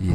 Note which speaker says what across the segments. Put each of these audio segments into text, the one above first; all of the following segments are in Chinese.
Speaker 1: 以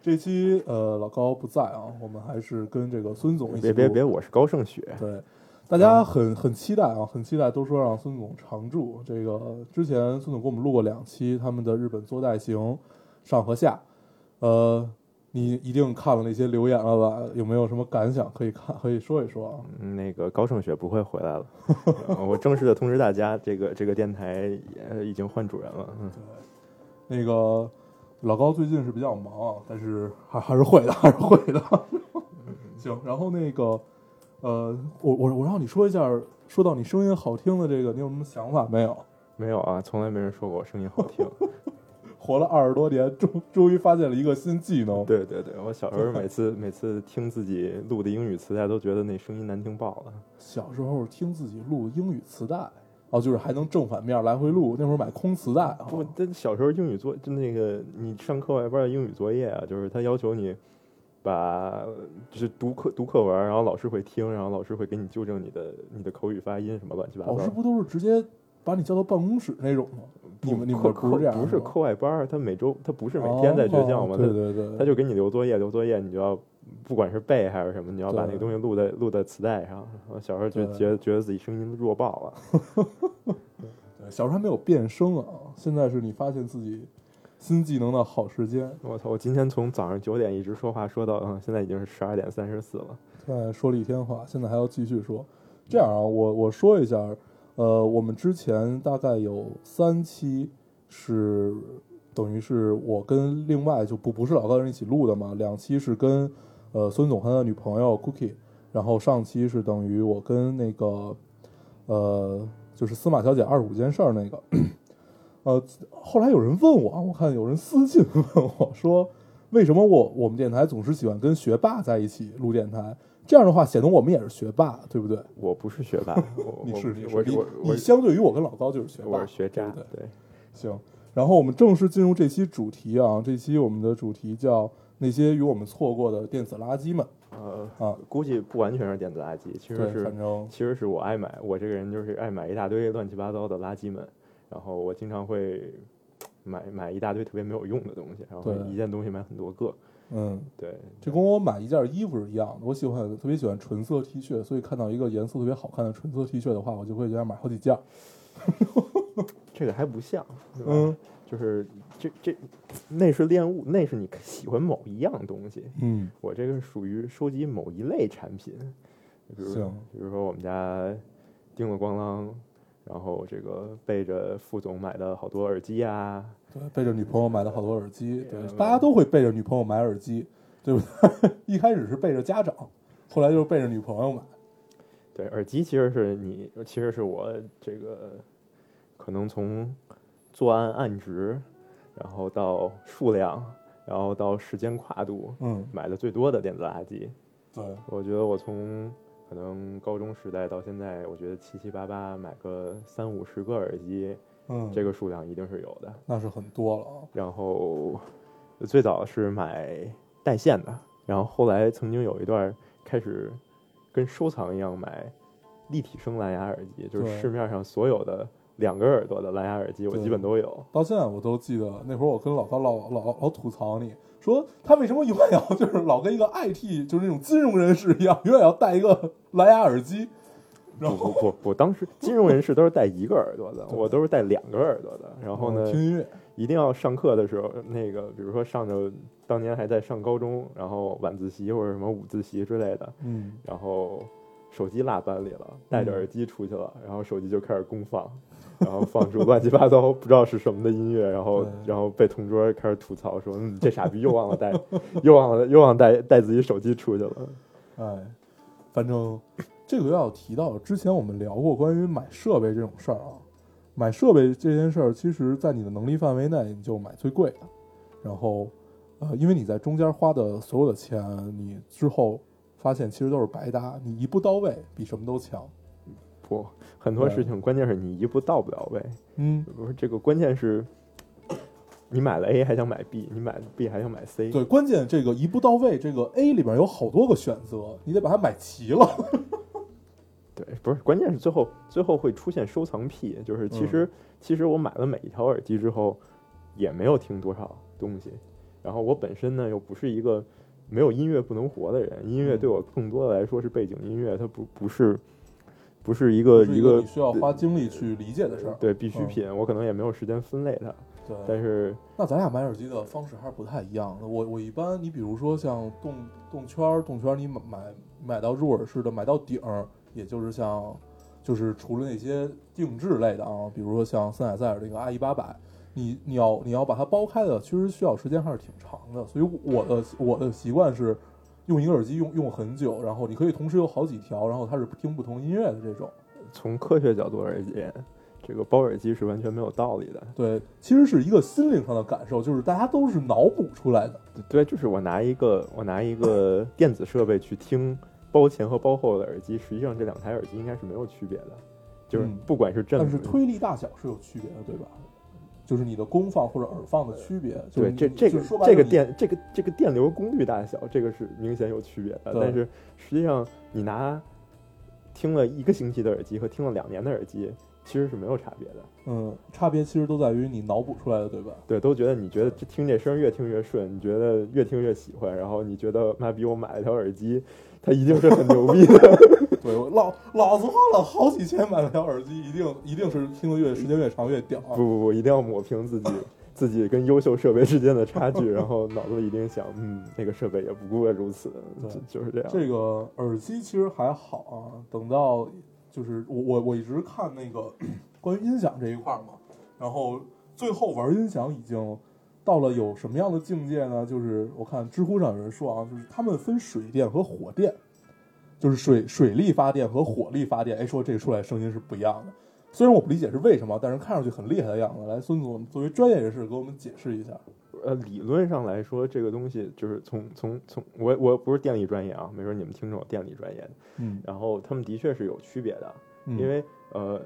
Speaker 2: 这期呃老高不在啊，我们还是跟这个孙总一起
Speaker 3: 别
Speaker 2: 录。
Speaker 3: 别别，我是高胜雪，
Speaker 2: 对，大家很很期待啊，很期待，都说让孙总常驻。这个之前孙总给我们录过两期他们的日本做代行上和下，呃，你一定看了那些留言了吧？有没有什么感想可以看可以说一说啊？
Speaker 3: 嗯那个高胜雪不会回来 了，呃我正式的通知大家，这个这个电台也已经换主人了，嗯，
Speaker 2: 那个老高最近是比较忙啊，但是还还是会的，还是会的。 行，然后那个，呃，我我我让你说一下，说到你声音好听的这个，你有什么想法没有？
Speaker 3: 没有啊，从来没人说过我声音好 听，
Speaker 2: 活了二十多年，终终于发现了一个新技能。，
Speaker 3: 对对对，我小时候每次每次听自己录的英语磁带，都觉得那声音难听爆了，
Speaker 2: 小时候听自己录英语磁带，哦，就是还能正反面来回录。那会儿买空磁带啊，
Speaker 3: 不，但小时候英语作就那个你上课外边的英语作业啊，就是他要求你把就是读课读课文，然后老师会听，然后老师会给你纠正你的你的口语发音什么乱七八糟
Speaker 2: 老
Speaker 3: 的。
Speaker 2: 师不都哦是直接把你叫到办公室那种吗？你们你们
Speaker 3: 课
Speaker 2: 不是这样
Speaker 3: 课
Speaker 2: 吗，
Speaker 3: 不是课外班儿，他每周他不是每天在学校嘛，
Speaker 2: 哦
Speaker 3: 他
Speaker 2: 对对对，
Speaker 3: 他就给你留作业，留作业你就要不管是背还是什么，你要把
Speaker 2: 对
Speaker 3: 那个东西录在录在磁带上。我小时候就
Speaker 2: 对
Speaker 3: 觉得觉得自己声音弱爆了，
Speaker 2: 对小时候还没有变声啊，现在是你发现自己新技能的好时间。
Speaker 3: 我操！我今天从早上九点一直说话说到嗯，现在已经是十二点三十四了。
Speaker 2: 刚才说了一天话，现在还要继续说。这样啊，我我说一下，呃，我们之前大概有三期是等于是我跟另外就不不是老高人一起录的嘛，两期是跟呃孙总和他的女朋友 Cookie，然后上期是等于我跟那个呃就是司马小姐二十五件事儿那个，呃，后来有人问我啊，我看有人私信 问我说，为什么我我们电台总是喜欢跟学霸在一起录电台？这样的话显得我们也是学霸，对不对？
Speaker 3: 我不 是学霸，我
Speaker 2: 你
Speaker 3: 我
Speaker 2: 是
Speaker 3: 不
Speaker 2: 你
Speaker 3: 我
Speaker 2: 是你
Speaker 3: 我我
Speaker 2: 你相对于我跟老高就是学霸，
Speaker 3: 我是
Speaker 2: 对
Speaker 3: 学渣
Speaker 2: 不对，
Speaker 3: 对。
Speaker 2: 行，然后我们正式进入这期主题啊，这期我们的主题叫那些与我们错过的电子垃圾们
Speaker 3: 呃，
Speaker 2: 啊，
Speaker 3: 估计不完全是电子垃圾，其
Speaker 2: 对
Speaker 3: 实，是
Speaker 2: 反正
Speaker 3: 其实是我爱买，我这个人就是爱买一大堆乱七八糟的垃圾们，然后我经常会买买一大堆特别没有用的东西，然后
Speaker 2: 对
Speaker 3: 一件东西买很多个，
Speaker 2: 嗯，
Speaker 3: 对，
Speaker 2: 这跟我买一件衣服是一样的，我喜欢特别喜欢纯色 T 恤，所以看到一个颜色特别好看的纯色 T 恤的话，我就会给它买好几件儿。
Speaker 3: 这个还不像，对吧
Speaker 2: 嗯，
Speaker 3: 就是这这那是恋物，那是你喜欢某一样东西，
Speaker 2: 嗯，
Speaker 3: 我这个属于收集某一类产品，比如
Speaker 2: 嗯行
Speaker 3: 比如说我们家叮了咣啷，然后这个背着副总买的好多耳机啊呀、
Speaker 2: 对，背着女朋友买的好多耳机，对
Speaker 3: 呃，
Speaker 2: 大家都会背着女朋友买耳机，对不对？ 一开始是背着家长，后来就是背着女朋友买。
Speaker 3: 对，耳机其实是你，其实是我这个可能从作案案值，然后到数量，然后到时间跨度
Speaker 2: 嗯，
Speaker 3: 买的最多的电子垃圾。
Speaker 2: 对，
Speaker 3: 我觉得我从可能高中时代到现在，我觉得七七八八买个三五十个耳机，
Speaker 2: 嗯，
Speaker 3: 这个数量一定是有的。
Speaker 2: 那是很多了啊。
Speaker 3: 然后最早是买带线的，然后后来曾经有一段开始跟收藏一样买立体声蓝牙耳机，就是
Speaker 2: 对
Speaker 3: 市面上所有的两个耳朵的蓝牙耳机，我
Speaker 2: 对
Speaker 3: 基本都有。
Speaker 2: 到现在我都记得那会儿我跟老高老老老吐槽你说他为什么永远要 就是老跟一个 IT 就是那种金融人士一样，永远要戴一个蓝牙耳机，然
Speaker 3: 不
Speaker 2: 后
Speaker 3: 不不不，当时金融人士都是带一个耳朵的，
Speaker 2: 对哦
Speaker 3: 我都是带两个耳朵的。然后呢，
Speaker 2: 嗯听音乐，
Speaker 3: 一定要上课的时候，那个比如说上着当年还在上高中，然后晚自习或者什么午自习之类的，
Speaker 2: 嗯，
Speaker 3: 然后手机落班里了，戴着耳机出去了，然后手机就开始公放， 然后放出乱七八糟不知道是什么的音乐，然后
Speaker 2: 对
Speaker 3: 然后被同桌开始吐槽说，嗯，这傻逼又忘了带， 又忘了又忘了带带自己手机出去了。
Speaker 2: 哎，反正这个又要提到之前我们聊过关于买设备这种事儿啊，买设备这件事儿，其实在你的能力范围内，你就买最贵的，然后呃，因为你在中间花的所有的钱，你之后发现其实都是白搭，你一步到位比什么都强。
Speaker 3: 不，很多
Speaker 2: 对
Speaker 3: 事情关键是你一步到不到位。
Speaker 2: 嗯，
Speaker 3: 不是这个，关键是，你买了 A 还想买 B，你买了 B 还想买 C。
Speaker 2: 对，关键这个一步到位，这个 A 里边有好多个选择，你得把它买齐了。
Speaker 3: 对，不是，关键是最后最后会出现收藏癖，就是其
Speaker 2: 嗯
Speaker 3: 实、其实我买了每一条耳机之后，也没有听多少东西，然后我本身呢又不是一个没有音乐不能活的人，
Speaker 2: 嗯
Speaker 3: 音乐对我更多的来说是背景音乐，它不不是不是一 个
Speaker 2: 是
Speaker 3: 一
Speaker 2: 一个
Speaker 3: 个
Speaker 2: 你需要花精力去理解的事儿。嗯
Speaker 3: 对必需品，我可能也没有时间分类它，但
Speaker 2: 对，
Speaker 3: 是
Speaker 2: 那咱俩买耳机的方式还是不太一样的。我我一般，你比如说像动动圈儿，动圈儿你买买买到入耳式的，买到顶儿，也就是像就是除了那些定制类的啊，比如说像森海塞尔这个 i 一八百，你你要你要把它剥开的，其实需要时间还是挺长的。所以我的我的习惯是用一个耳机用用很久，然后你可以同时有好几条，然后它是听不同音乐的这种。
Speaker 3: 从科学角度而言，这个包耳机是完全没有道理的。
Speaker 2: 对，其实是一个心灵上的感受，就是大家都是脑补出来的。
Speaker 3: 对，就是我拿一个我拿一个电子设备去听包前和包后的耳机，实际上这两台耳机应该是没有区别的，就是
Speaker 2: 嗯
Speaker 3: 不管是振
Speaker 2: 但
Speaker 3: 幅，
Speaker 2: 是推力大小是有区别的，对吧？就是你的功放或者耳放的区别。就是
Speaker 3: 对
Speaker 2: 你
Speaker 3: 这这
Speaker 2: 就
Speaker 3: 个
Speaker 2: 是说白了
Speaker 3: 这个
Speaker 2: 你
Speaker 3: 电这个这个电流功率大小，这个是明显有区别的。
Speaker 2: 对
Speaker 3: 但是实际上你拿听了一个星期的耳机和听了两年的耳机，其实是没有差别的。
Speaker 2: 嗯，差别其实都在于你脑补出来的，对吧？
Speaker 3: 对，都觉得你觉得这听这声儿越听越顺，你觉得越听越喜欢，然后你觉得妈逼我买了条耳机，它一定是很牛逼的。
Speaker 2: 对，我老老子花了好几千买了条耳机，一定一定是听的越时间越长越屌。啊
Speaker 3: 不不不，一定要抹平自己 自己跟优秀设备之间的差距，然后脑子里一定想，嗯，那个设备也不过如此，
Speaker 2: 对
Speaker 3: 就就是这样。
Speaker 2: 这个耳机其实还好啊，等到就是我我我一直看那个 关于音响这一块儿嘛，然后最后玩音响已经到了有什么样的境界呢？就是我看知乎上有人说啊，就是他们分水电和火电，就是水水力发电和火力发电，哎，说这出来声音是不一样的。虽然我不理解是为什么，但是看上去很厉害的样子。来，孙总作为专业人士给我们解释一下。
Speaker 3: 呃，理论上来说，这个东西就是从从从我我不是电力专业啊，没准你们听众有电力专业的，
Speaker 2: 嗯，
Speaker 3: 然后他们的确是有区别的，
Speaker 2: 嗯
Speaker 3: 因为呃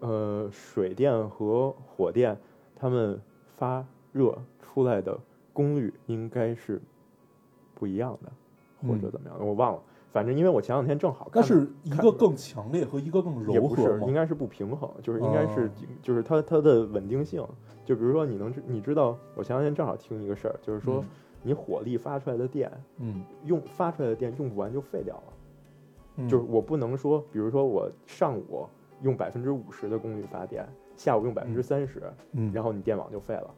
Speaker 3: 呃，水电和火电它们发热出来的功率应该是不一样的，或者
Speaker 2: 嗯
Speaker 3: 怎么样的，我忘了。反正因为我前两天正好看
Speaker 2: 但
Speaker 3: 到，
Speaker 2: 是一
Speaker 3: 看
Speaker 2: 个更强烈和一个更
Speaker 3: 也
Speaker 2: 柔
Speaker 3: 不
Speaker 2: 和
Speaker 3: 是，
Speaker 2: 嘛
Speaker 3: 应。该是不平衡，就是应该是、
Speaker 2: 哦
Speaker 3: 就是它它的稳定性。就比如说你能知你知道，我前两天正好听一个事儿，就是说
Speaker 2: 嗯
Speaker 3: 你火力发出来的电
Speaker 2: 嗯，
Speaker 3: 用发出来的电用不完就废掉了，
Speaker 2: 嗯
Speaker 3: 就是我不能说，比如说我上午用百分之五十的功率发电，下午用百分之三十，
Speaker 2: 嗯
Speaker 3: 然后你电网就废了，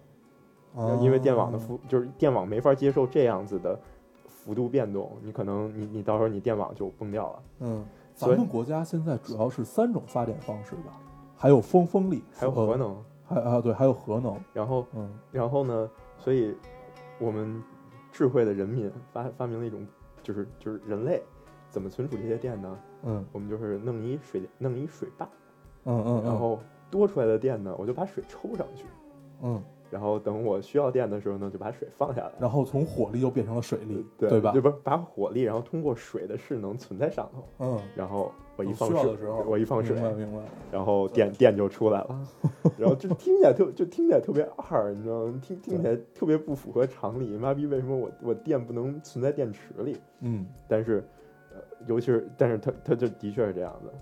Speaker 2: 啊
Speaker 3: 因为电网的幅就是电网没法接受这样子的幅度变动，你可能你你到时候你电网就崩掉了。
Speaker 2: 嗯，咱
Speaker 3: 所以
Speaker 2: 们国家现在主要是三种发电方式吧，还有风风力，
Speaker 3: 还有核，能，
Speaker 2: 还啊对，还有核能，
Speaker 3: 然后
Speaker 2: 嗯
Speaker 3: 然后呢，所以我们智慧的人民发发明了一种，就是就是人类怎么存储这些电呢？
Speaker 2: 嗯
Speaker 3: 我们就是弄一水弄一水坝，
Speaker 2: 嗯嗯，
Speaker 3: 然后多出来的电呢，我就把水抽上去，
Speaker 2: 嗯，
Speaker 3: 然后等我需要电的时候呢，就把水放下来。
Speaker 2: 然后从火力又变成了水力，
Speaker 3: 对
Speaker 2: 嗯吧
Speaker 3: 就？不是把火力，然后通过水的势能存在上头，
Speaker 2: 嗯，
Speaker 3: 然后我一
Speaker 2: 有
Speaker 3: 放
Speaker 2: 需要
Speaker 3: 水
Speaker 2: 的时候，
Speaker 3: 我一放水
Speaker 2: 明，白明白，
Speaker 3: 然后电电就出来 了，然后就听起来特就听起来特别二，你知道吗？听听起来特别不符合常理。妈逼，为什么我我电不能存在电池里？
Speaker 2: 嗯。
Speaker 3: 但是，呃，尤其是但是它它就的确是这样的。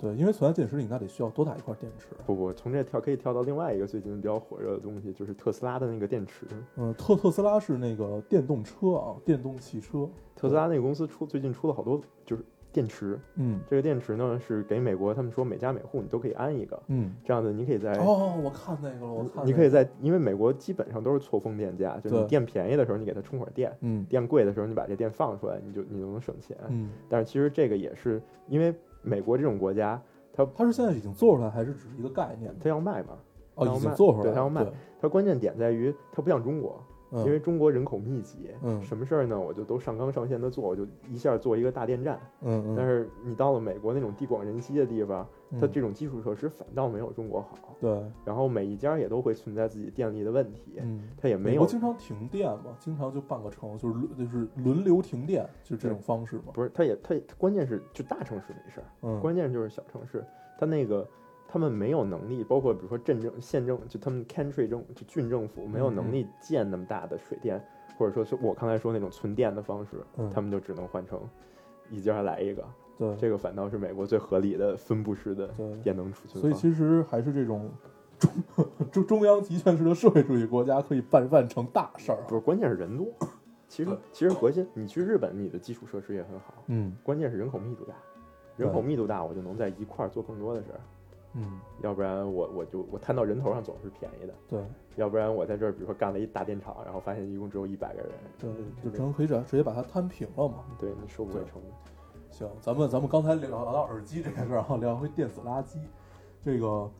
Speaker 2: 对，因为存在电池里，那得需要多大一块电池？啊
Speaker 3: 不不，从这跳可以跳到另外一个最近比较火热的东西，就是特斯拉的那个电池。
Speaker 2: 嗯，特特斯拉是那个电动车啊，电动汽车。
Speaker 3: 特斯拉那个公司出最近出了好多就是电池，
Speaker 2: 嗯
Speaker 3: 这个电池呢是给美国，他们说每家每户你都可以安一个，
Speaker 2: 嗯，
Speaker 3: 这样子你可以在
Speaker 2: 哦，我看那个了，我看那个
Speaker 3: 哎你可以在，因为美国基本上都是错峰电价，就是你
Speaker 2: 对
Speaker 3: 电便宜的时候你给它充会儿电，
Speaker 2: 嗯
Speaker 3: 电贵的时候你把这电放出来，你就你就能省钱。
Speaker 2: 嗯，
Speaker 3: 但是其实这个也是因为美国这种国家，
Speaker 2: 它是现在已经做出来，还是只是一个概念？
Speaker 3: 它要卖嘛，
Speaker 2: 哦，
Speaker 3: 它要
Speaker 2: 已经
Speaker 3: 卖
Speaker 2: 做出来
Speaker 3: 对
Speaker 2: 了，
Speaker 3: 它要卖
Speaker 2: 对
Speaker 3: 它关键点在于它不像中国，
Speaker 2: 嗯
Speaker 3: 因为中国人口密集，
Speaker 2: 嗯
Speaker 3: 什么事儿呢，我就都上纲上线的做，我就一下做一个大电站。
Speaker 2: 嗯嗯，
Speaker 3: 但是你到了美国那种地广人稀的地方，它
Speaker 2: 嗯
Speaker 3: 这种基础设施反倒没有中国好，
Speaker 2: 对，
Speaker 3: 然后每一家也都会存在自己电力的问题，
Speaker 2: 嗯，
Speaker 3: 它也没
Speaker 2: 美
Speaker 3: 有
Speaker 2: 国经常停电嘛，经常就半个城就是轮就是轮流停电，就是这种方式嘛。
Speaker 3: 不是，它也它也关键是就大城市没事儿，
Speaker 2: 嗯，
Speaker 3: 关键就是小城市，它那个他们没有能力，包括比如说镇政、县政，就他们 country 政就郡政府没有
Speaker 2: 嗯嗯
Speaker 3: 能力建那么大的水电，或者说是我刚才说那种存电的方式，
Speaker 2: 嗯
Speaker 3: 他们就只能换成一家来一个，
Speaker 2: 对
Speaker 3: 这个反倒是美国最合理的分布式的
Speaker 2: 对，
Speaker 3: 电能储存
Speaker 2: 所以
Speaker 3: 方
Speaker 2: 其实还是这种中中中央集权式的社会主义国家可以办办成大事儿啊。
Speaker 3: 不是，关键是人多。其实
Speaker 2: 对
Speaker 3: 其实核心，你去日本，你的基础设施也很好，
Speaker 2: 嗯
Speaker 3: 关键是人口密度大，人口
Speaker 2: 对
Speaker 3: 密度大，我就能在一块儿做更多的事儿。
Speaker 2: 嗯，
Speaker 3: 要不然我我就我摊到人头上总是便宜的，
Speaker 2: 对
Speaker 3: 要不然我在这儿比如说干了一大电厂，然后发现一共只有一百个人，
Speaker 2: 对
Speaker 3: 嗯，
Speaker 2: 就
Speaker 3: 这
Speaker 2: 只能可以直直接把它摊平了嘛。
Speaker 3: 对你收不回成
Speaker 2: 行，咱们咱们刚才聊聊到耳机这件事儿，然后聊回电子垃圾。这个，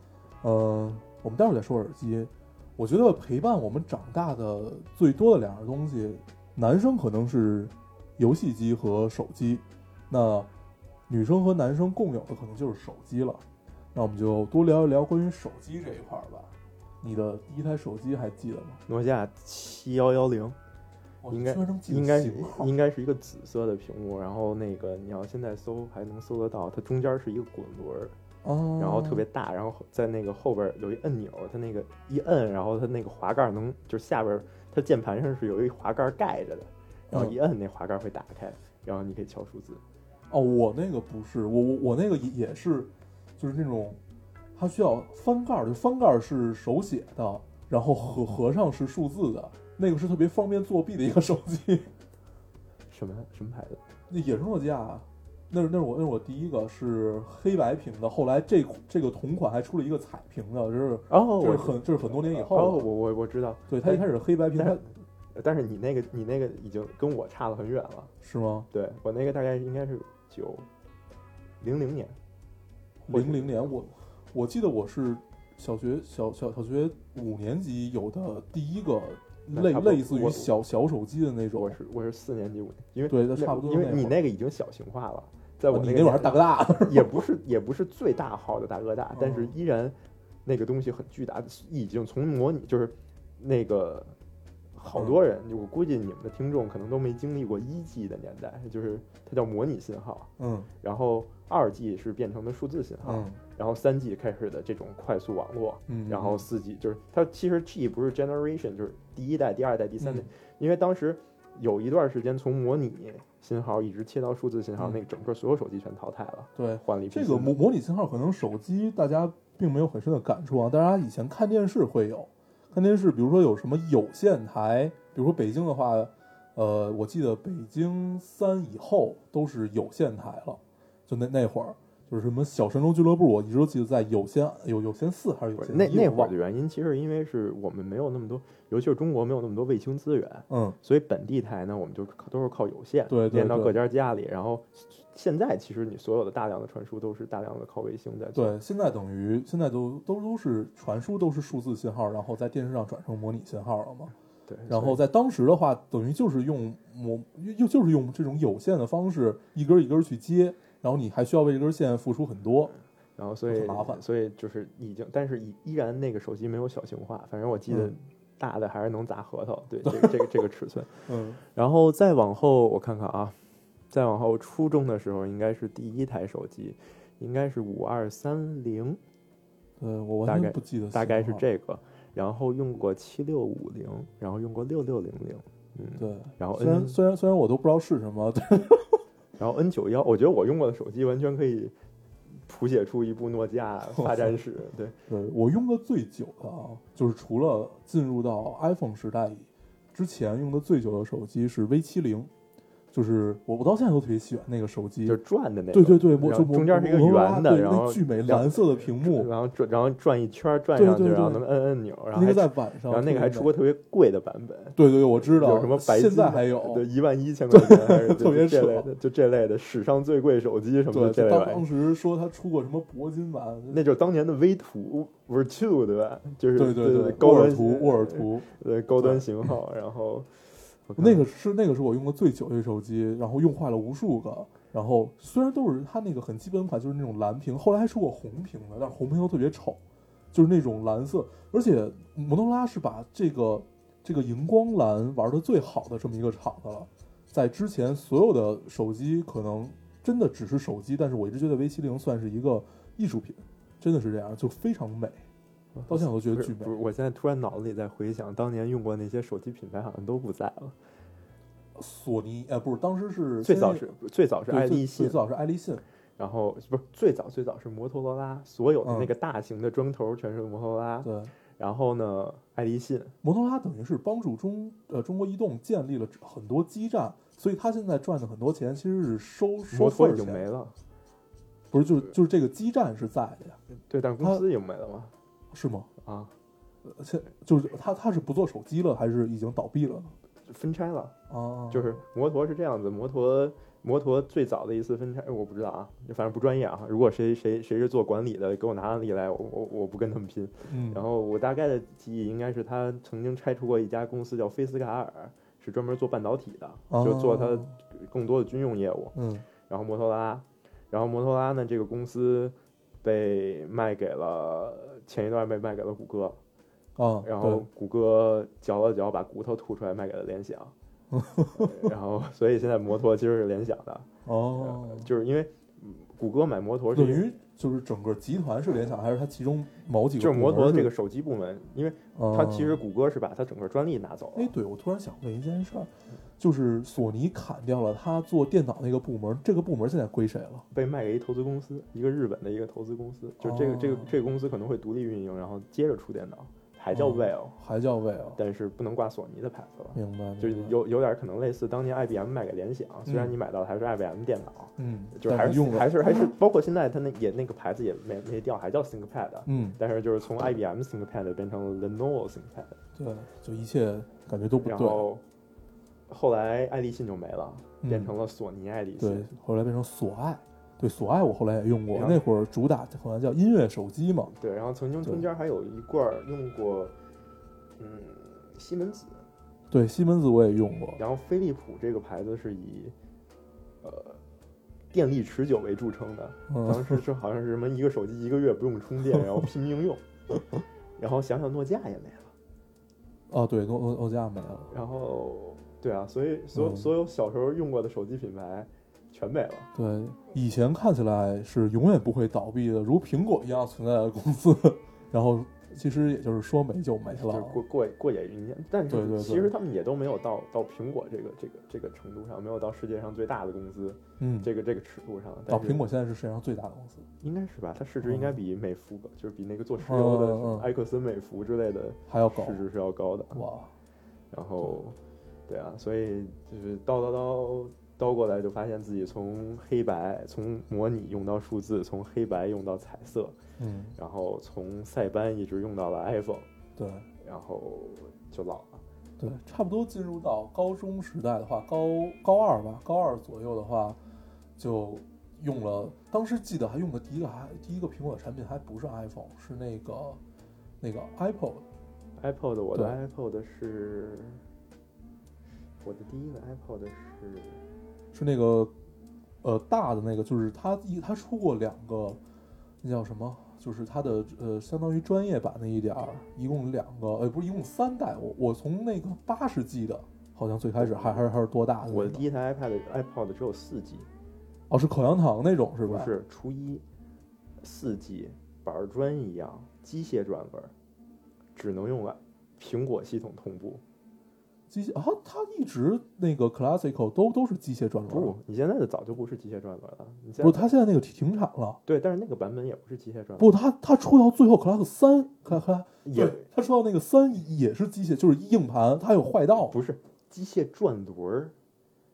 Speaker 2: 呃，我们待会儿再说耳机。我觉得陪伴我们长大的最多的两样东西，男生可能是游戏机和手机，那女生和男生共有的可能就是手机了。那我们就多聊一聊关于手机这一块儿吧。你的第一台手机还记得吗？
Speaker 3: 本。诺基亚七幺幺零
Speaker 2: 我
Speaker 3: 应该
Speaker 2: 居然能记得
Speaker 3: 应该
Speaker 2: 型号
Speaker 3: 应该是一个紫色的屏幕，然后那个你要现在搜还能搜得到，它中间是一个滚轮儿，
Speaker 2: 哦，
Speaker 3: 然后特别大，然后在那个后边儿有一按钮，它那个一摁，然后它那个滑盖儿能就是下边儿它键盘上是有一滑盖儿盖着的，
Speaker 2: 哦
Speaker 3: 然后一摁那滑盖儿会打开，然后你可以敲数字。
Speaker 2: 哦，我那个不是，我我我那个也也是，就是那种，它需要翻盖儿，就翻盖儿是手写的，然后合合上是数字的，那个是特别方便作弊的一个手机，
Speaker 3: 什么什么牌子？
Speaker 2: 那也是诺基亚，那是那是我那是我第一个是黑白屏的，后来这这个同款还出了一个彩屏的，就是
Speaker 3: 哦，
Speaker 2: 这
Speaker 3: 我
Speaker 2: 是很这是很多年以后
Speaker 3: 哦，
Speaker 2: 了，
Speaker 3: 我我我知道，
Speaker 2: 对，它一开始是黑白屏，
Speaker 3: 但
Speaker 2: 它
Speaker 3: 是但是你那个你那个已经跟我差了很远了。
Speaker 2: 是吗？
Speaker 3: 对我那个大概应该是九零零年，我
Speaker 2: 零零年我我记得我是小学小小小学五年级有的第一个
Speaker 3: 那
Speaker 2: 类
Speaker 3: 差不多
Speaker 2: 类似于
Speaker 3: 我
Speaker 2: 小小手机的那种
Speaker 3: 我，是我是四年级五年，因为
Speaker 2: 对那
Speaker 3: 那
Speaker 2: 差不多
Speaker 3: 因为
Speaker 2: 那会儿啊哦
Speaker 3: 你那个已经小型化了，在我
Speaker 2: 你
Speaker 3: 那
Speaker 2: 那
Speaker 3: 个
Speaker 2: 会儿还大哥大，
Speaker 3: 大，也不是也不是最大号的大哥大
Speaker 2: 嗯，
Speaker 3: 但是依然那个东西很巨大，已经从模拟就是那个。
Speaker 2: 嗯
Speaker 3: 好多人，我估计你们的听众可能都没经历过一 G 的年代，就是它叫模拟信号，
Speaker 2: 嗯
Speaker 3: 然后二 G 是变成的数字信号，
Speaker 2: 嗯
Speaker 3: 然后三 G 开始的这种快速网络，
Speaker 2: 嗯，
Speaker 3: 然后四 G 就是它其实 G 不是 generation，就是第一代、第二代、第三代，
Speaker 2: 嗯
Speaker 3: 因为当时有一段时间从模拟信号一直切到数字信号，
Speaker 2: 嗯
Speaker 3: 那个整个所有手机全淘汰了，
Speaker 2: 对
Speaker 3: 换了一批
Speaker 2: 这
Speaker 3: 新
Speaker 2: 个
Speaker 3: 的。
Speaker 2: 模模拟信号可能手机大家并没有很深的感触啊，大家以前看电视会有，看电视比如说有什么有线台，比如说北京的话，呃，我记得北京三以后都是有线台了，就那那会儿。就是什么小神龙俱乐部，我一直都记得在有线有有线四还是有
Speaker 3: 不是
Speaker 2: 线
Speaker 3: 那
Speaker 2: 一
Speaker 3: 那
Speaker 2: 我
Speaker 3: 会儿
Speaker 2: 忘
Speaker 3: 的
Speaker 2: 了
Speaker 3: 原因，其实因为是我们没有那么多，尤其是中国没有那么多卫星资源，
Speaker 2: 嗯
Speaker 3: 所以本地台呢，我们就靠都是靠有线
Speaker 2: 对对
Speaker 3: 连到
Speaker 2: 对
Speaker 3: 各家家里。然后现在其实你所有的大量的传输都是大量的靠卫星在做。
Speaker 2: 对，现在等于现在都都都是传输都是数字信号，然后在电视上转成模拟信号了嘛。
Speaker 3: 对，
Speaker 2: 然
Speaker 3: 所
Speaker 2: 后
Speaker 3: 以
Speaker 2: 在当时的话，等于就是用模又又就是用这种有线的方式一根一根去接，然后你还需要为这根线付出很多。
Speaker 3: 然后所
Speaker 2: 就
Speaker 3: 以
Speaker 2: 很麻烦
Speaker 3: 所以就是已经，但是依依然那个手机没有小型化，反正我记得
Speaker 2: 嗯
Speaker 3: 大的还是能砸核桃， 对这个这个这个尺寸。
Speaker 2: 嗯
Speaker 3: 然后再往后我看看啊，再往后初中的时候应该是第一台手机，应该是五二三零，
Speaker 2: 对我完
Speaker 3: 大
Speaker 2: 全
Speaker 3: 概
Speaker 2: 不记得型号，
Speaker 3: 大概是这个。然后用过七六五零，然后用过六六零零，嗯，
Speaker 2: 对。
Speaker 3: 然后
Speaker 2: 虽然
Speaker 3: N
Speaker 2: 虽然虽然我都不知道是什么，对
Speaker 3: 然后 N 九幺，我觉得我用过的手机完全可以谱写出一部诺 基亚发展史，对。
Speaker 2: 对我用的最久的啊，就是除了进入到 iPhone 时代之前用的最久的手机是 V 七零就是我我到现在都特别喜欢那个手机
Speaker 3: 就，是转的那个，
Speaker 2: 对对对，我
Speaker 3: 然
Speaker 2: 就
Speaker 3: 后
Speaker 2: 我
Speaker 3: 中间是一个
Speaker 2: 我
Speaker 3: 圆的，
Speaker 2: 对
Speaker 3: 然后
Speaker 2: 那巨美
Speaker 3: 两
Speaker 2: 蓝色的屏幕，
Speaker 3: 然后转然后转一圈儿转
Speaker 2: 对
Speaker 3: 上去，
Speaker 2: 对
Speaker 3: 然后
Speaker 2: 对
Speaker 3: 能摁按钮，然后
Speaker 2: 那个
Speaker 3: 还出
Speaker 2: 在晚上，
Speaker 3: 然后那个还出过
Speaker 2: 特
Speaker 3: 特别贵的版 本，
Speaker 2: 别美，对对对，我知道，
Speaker 3: 有什么白金
Speaker 2: 现
Speaker 3: 的
Speaker 2: 在还有，
Speaker 3: 对，一万 一千块钱，还是
Speaker 2: 哦特别
Speaker 3: 就这类
Speaker 2: 扯
Speaker 3: 的，就这类的史上最贵手机什么
Speaker 2: 对，
Speaker 3: 的这
Speaker 2: 就
Speaker 3: 类
Speaker 2: 当
Speaker 3: 玩意
Speaker 2: 当
Speaker 3: 儿。
Speaker 2: 时说他出过什么铂金版，
Speaker 3: 那就是当年的微图 Virtu 对吧？就是
Speaker 2: 对
Speaker 3: 对
Speaker 2: 对，
Speaker 3: 高
Speaker 2: 沃尔
Speaker 3: 端
Speaker 2: 图
Speaker 3: 型
Speaker 2: 沃尔图，
Speaker 3: 对高
Speaker 2: 对
Speaker 3: 端型号，然后我看
Speaker 2: 那个是那个是我用过最久的手机，然后用坏了无数个。然后虽然都是它那个很基本款，就是那种蓝屏，后来还出过红屏的，但是红屏都特别丑，就是那种蓝色。而且摩托罗拉是把这个这个荧光蓝玩的最好的这么一个厂子了，在之前所有的手机可能真的只是手机，但是我一直觉得 V 七零算是一个艺术品，真的是这样，就非常美，到现在我都觉
Speaker 3: 不
Speaker 2: 得
Speaker 3: 是
Speaker 2: 巨美
Speaker 3: 不。是，我现在突然脑子里在回想，当年用过那些手机品牌好像都不在了。
Speaker 2: 索尼呃不是，当时是
Speaker 3: 最早
Speaker 2: 先
Speaker 3: 是最早是
Speaker 2: 对
Speaker 3: 爱
Speaker 2: 最
Speaker 3: 立信
Speaker 2: 最，早是爱立信。
Speaker 3: 然后不是最早最早是摩托罗拉，所有的
Speaker 2: 嗯
Speaker 3: 那个大型的装头全是摩托罗拉。
Speaker 2: 对，
Speaker 3: 然后呢，爱立信，
Speaker 2: 摩托罗拉等于是帮助中呃中国移动建立了很多基站，所以它现在赚的很多钱其实是收收
Speaker 3: 摩
Speaker 2: 份
Speaker 3: 托
Speaker 2: 儿
Speaker 3: 已经没
Speaker 2: 钱，
Speaker 3: 了，
Speaker 2: 不是就是就是这个基站是在的呀，
Speaker 3: 对，但是公
Speaker 2: 它
Speaker 3: 司已经没了嘛。
Speaker 2: 是吗？
Speaker 3: 啊，
Speaker 2: 呃现就是它它是不做手机了，还是已经倒闭了呢？
Speaker 3: 分拆了，
Speaker 2: 啊，
Speaker 3: 就是摩托是这样子，摩托摩托最早的一次分拆，我不知道啊，反正不专业啊。如果谁谁谁是做管理的，给我拿案例来，我我我不跟他们拼。
Speaker 2: 嗯，
Speaker 3: 然后我大概的记忆应该是他曾经拆除过一家公司叫菲斯卡尔，是专门做半导体的，就做它
Speaker 2: 哦
Speaker 3: 更多的军用业务。
Speaker 2: 嗯
Speaker 3: 然后摩托罗拉，然后摩托罗拉呢这个公司被卖给了前一段被卖给了谷歌，
Speaker 2: 啊，
Speaker 3: 然后谷歌嚼了嚼把骨头吐出来卖给了联想， 然后所以现在摩托其实是联想的，
Speaker 2: 对哦，
Speaker 3: 就是因为嗯谷歌买摩托是
Speaker 2: 等于就是整个集团是联想，还是它其中某几个
Speaker 3: 就是摩
Speaker 2: 部门
Speaker 3: 托
Speaker 2: 是啊
Speaker 3: 这个，手机部门，因为
Speaker 2: 哦
Speaker 3: 它其实谷歌是把它整个专利拿走
Speaker 2: 哎，
Speaker 3: 了，
Speaker 2: 对，我突然想问一件事儿，就是索尼砍掉了它做电脑那个部门，这个部门现在归谁了？
Speaker 3: 被卖给一投资公司，一个日本的一个投资公司，就是这个这个
Speaker 2: 哦
Speaker 3: 这个公司可能会独立运营，然后接着出电脑，还叫
Speaker 2: 哦
Speaker 3: Well，
Speaker 2: 还叫 v 啊？
Speaker 3: 但是不能挂索尼的牌子了。
Speaker 2: 明白，
Speaker 3: 就是
Speaker 2: 明白
Speaker 3: 有有点可能类似当年 IBM 卖给联想，虽然
Speaker 2: 嗯
Speaker 3: 你买到的还是 IBM 电脑，
Speaker 2: 嗯，
Speaker 3: 就是
Speaker 2: 但
Speaker 3: 还是
Speaker 2: 用了，
Speaker 3: 还是还是包括现在它那也那个牌子也没没掉，还叫 ThinkPad，
Speaker 2: 嗯，
Speaker 3: 但是就是从 IBM ThinkPad 变成了 Lenovo ThinkPad，
Speaker 2: 对，就一切感觉都不
Speaker 3: 然
Speaker 2: 对，
Speaker 3: 后后来爱立信就没了，
Speaker 2: 嗯
Speaker 3: 变成了索尼爱立
Speaker 2: 对
Speaker 3: 信。，
Speaker 2: 后来变成索爱，对，索爱我后来也用过，
Speaker 3: 然后
Speaker 2: 那会儿主打好像叫音乐手机嘛，
Speaker 3: 对，然后曾经
Speaker 2: 对
Speaker 3: 中间还有一罐儿用过，嗯，西门子，
Speaker 2: 对，西门子我也用过，
Speaker 3: 然后飞利浦这个牌子是以，呃，电力持久为著称的，当
Speaker 2: 嗯，
Speaker 3: 时是好像是什么一个手机一个月不用充电，然后拼 命用，然后想想诺基亚也没了，
Speaker 2: 哦，对，诺诺诺基亚没了，
Speaker 3: 然后对啊，所以所有
Speaker 2: 嗯
Speaker 3: 所有小时候用过的手机品牌全没了，
Speaker 2: 对，以前看起来是永远不会倒闭的，如苹果一样存在的公司， 然后其实也就是说没就没
Speaker 3: 就是
Speaker 2: 了，
Speaker 3: 过过过眼云烟。但
Speaker 2: 对对
Speaker 3: 是
Speaker 2: 对
Speaker 3: 其实他们也都没有到到苹果这个这个这个程度上，没有到世界上最大的公司
Speaker 2: 嗯，
Speaker 3: 这个这个尺度上。
Speaker 2: 到
Speaker 3: 但是
Speaker 2: 苹果现在是世界上最大的公司，
Speaker 3: 应该是吧？它市值应该比美孚，就是比那个做石
Speaker 2: 嗯
Speaker 3: 油的
Speaker 2: 嗯
Speaker 3: 什么
Speaker 2: 嗯
Speaker 3: 埃克森美孚之类的
Speaker 2: 还要搞
Speaker 3: 市值是要高的。
Speaker 2: 哇，
Speaker 3: 然后，对啊，所以就是叨叨叨叨过来，就发现自己从黑白，从模拟用到数字，从黑白用到彩色，
Speaker 2: 嗯，
Speaker 3: 然后从塞班一直用到了 iPhone，
Speaker 2: 对。
Speaker 3: 然后就老了。
Speaker 2: 对，差不多进入到高中时代的话，高高二吧，高二左右的话，就用了。当时记得还用的第一个还第一个苹果的产品还不是 iPhone，是那个那个 iPod。
Speaker 3: iPod，我的
Speaker 2: 对
Speaker 3: iPod 是我的第一个 iPod 是
Speaker 2: 是那个呃大的那个，就是它一它出过两个，那叫什么？就是它的呃，相当于专业版那一点儿，一共两个，呃，不是一共三代。我我从那个八十 G 的，好像最开始还还是还是多大的那个？
Speaker 3: 我的第一台 iPad iPod 只有四 G，
Speaker 2: 哦，是口香糖那种是
Speaker 3: 不
Speaker 2: 吧？
Speaker 3: 是初一四 G 板砖一样机械转轮，只能用来苹果系统同步。
Speaker 2: 机械啊，它一直那个 classical 都都是机械转轮
Speaker 3: 不
Speaker 2: 儿，，
Speaker 3: 你现在的早就不是机械转轮了。你现
Speaker 2: 不，
Speaker 3: 在
Speaker 2: 它现在那个停停产了。
Speaker 3: 对，但是那个版本也不是机械转轮，
Speaker 2: 不，它它出到最后 class 三，class class
Speaker 3: 也
Speaker 2: 对它出到那个三也是机械，就是硬盘它有坏道。
Speaker 3: 不是机械转轮儿，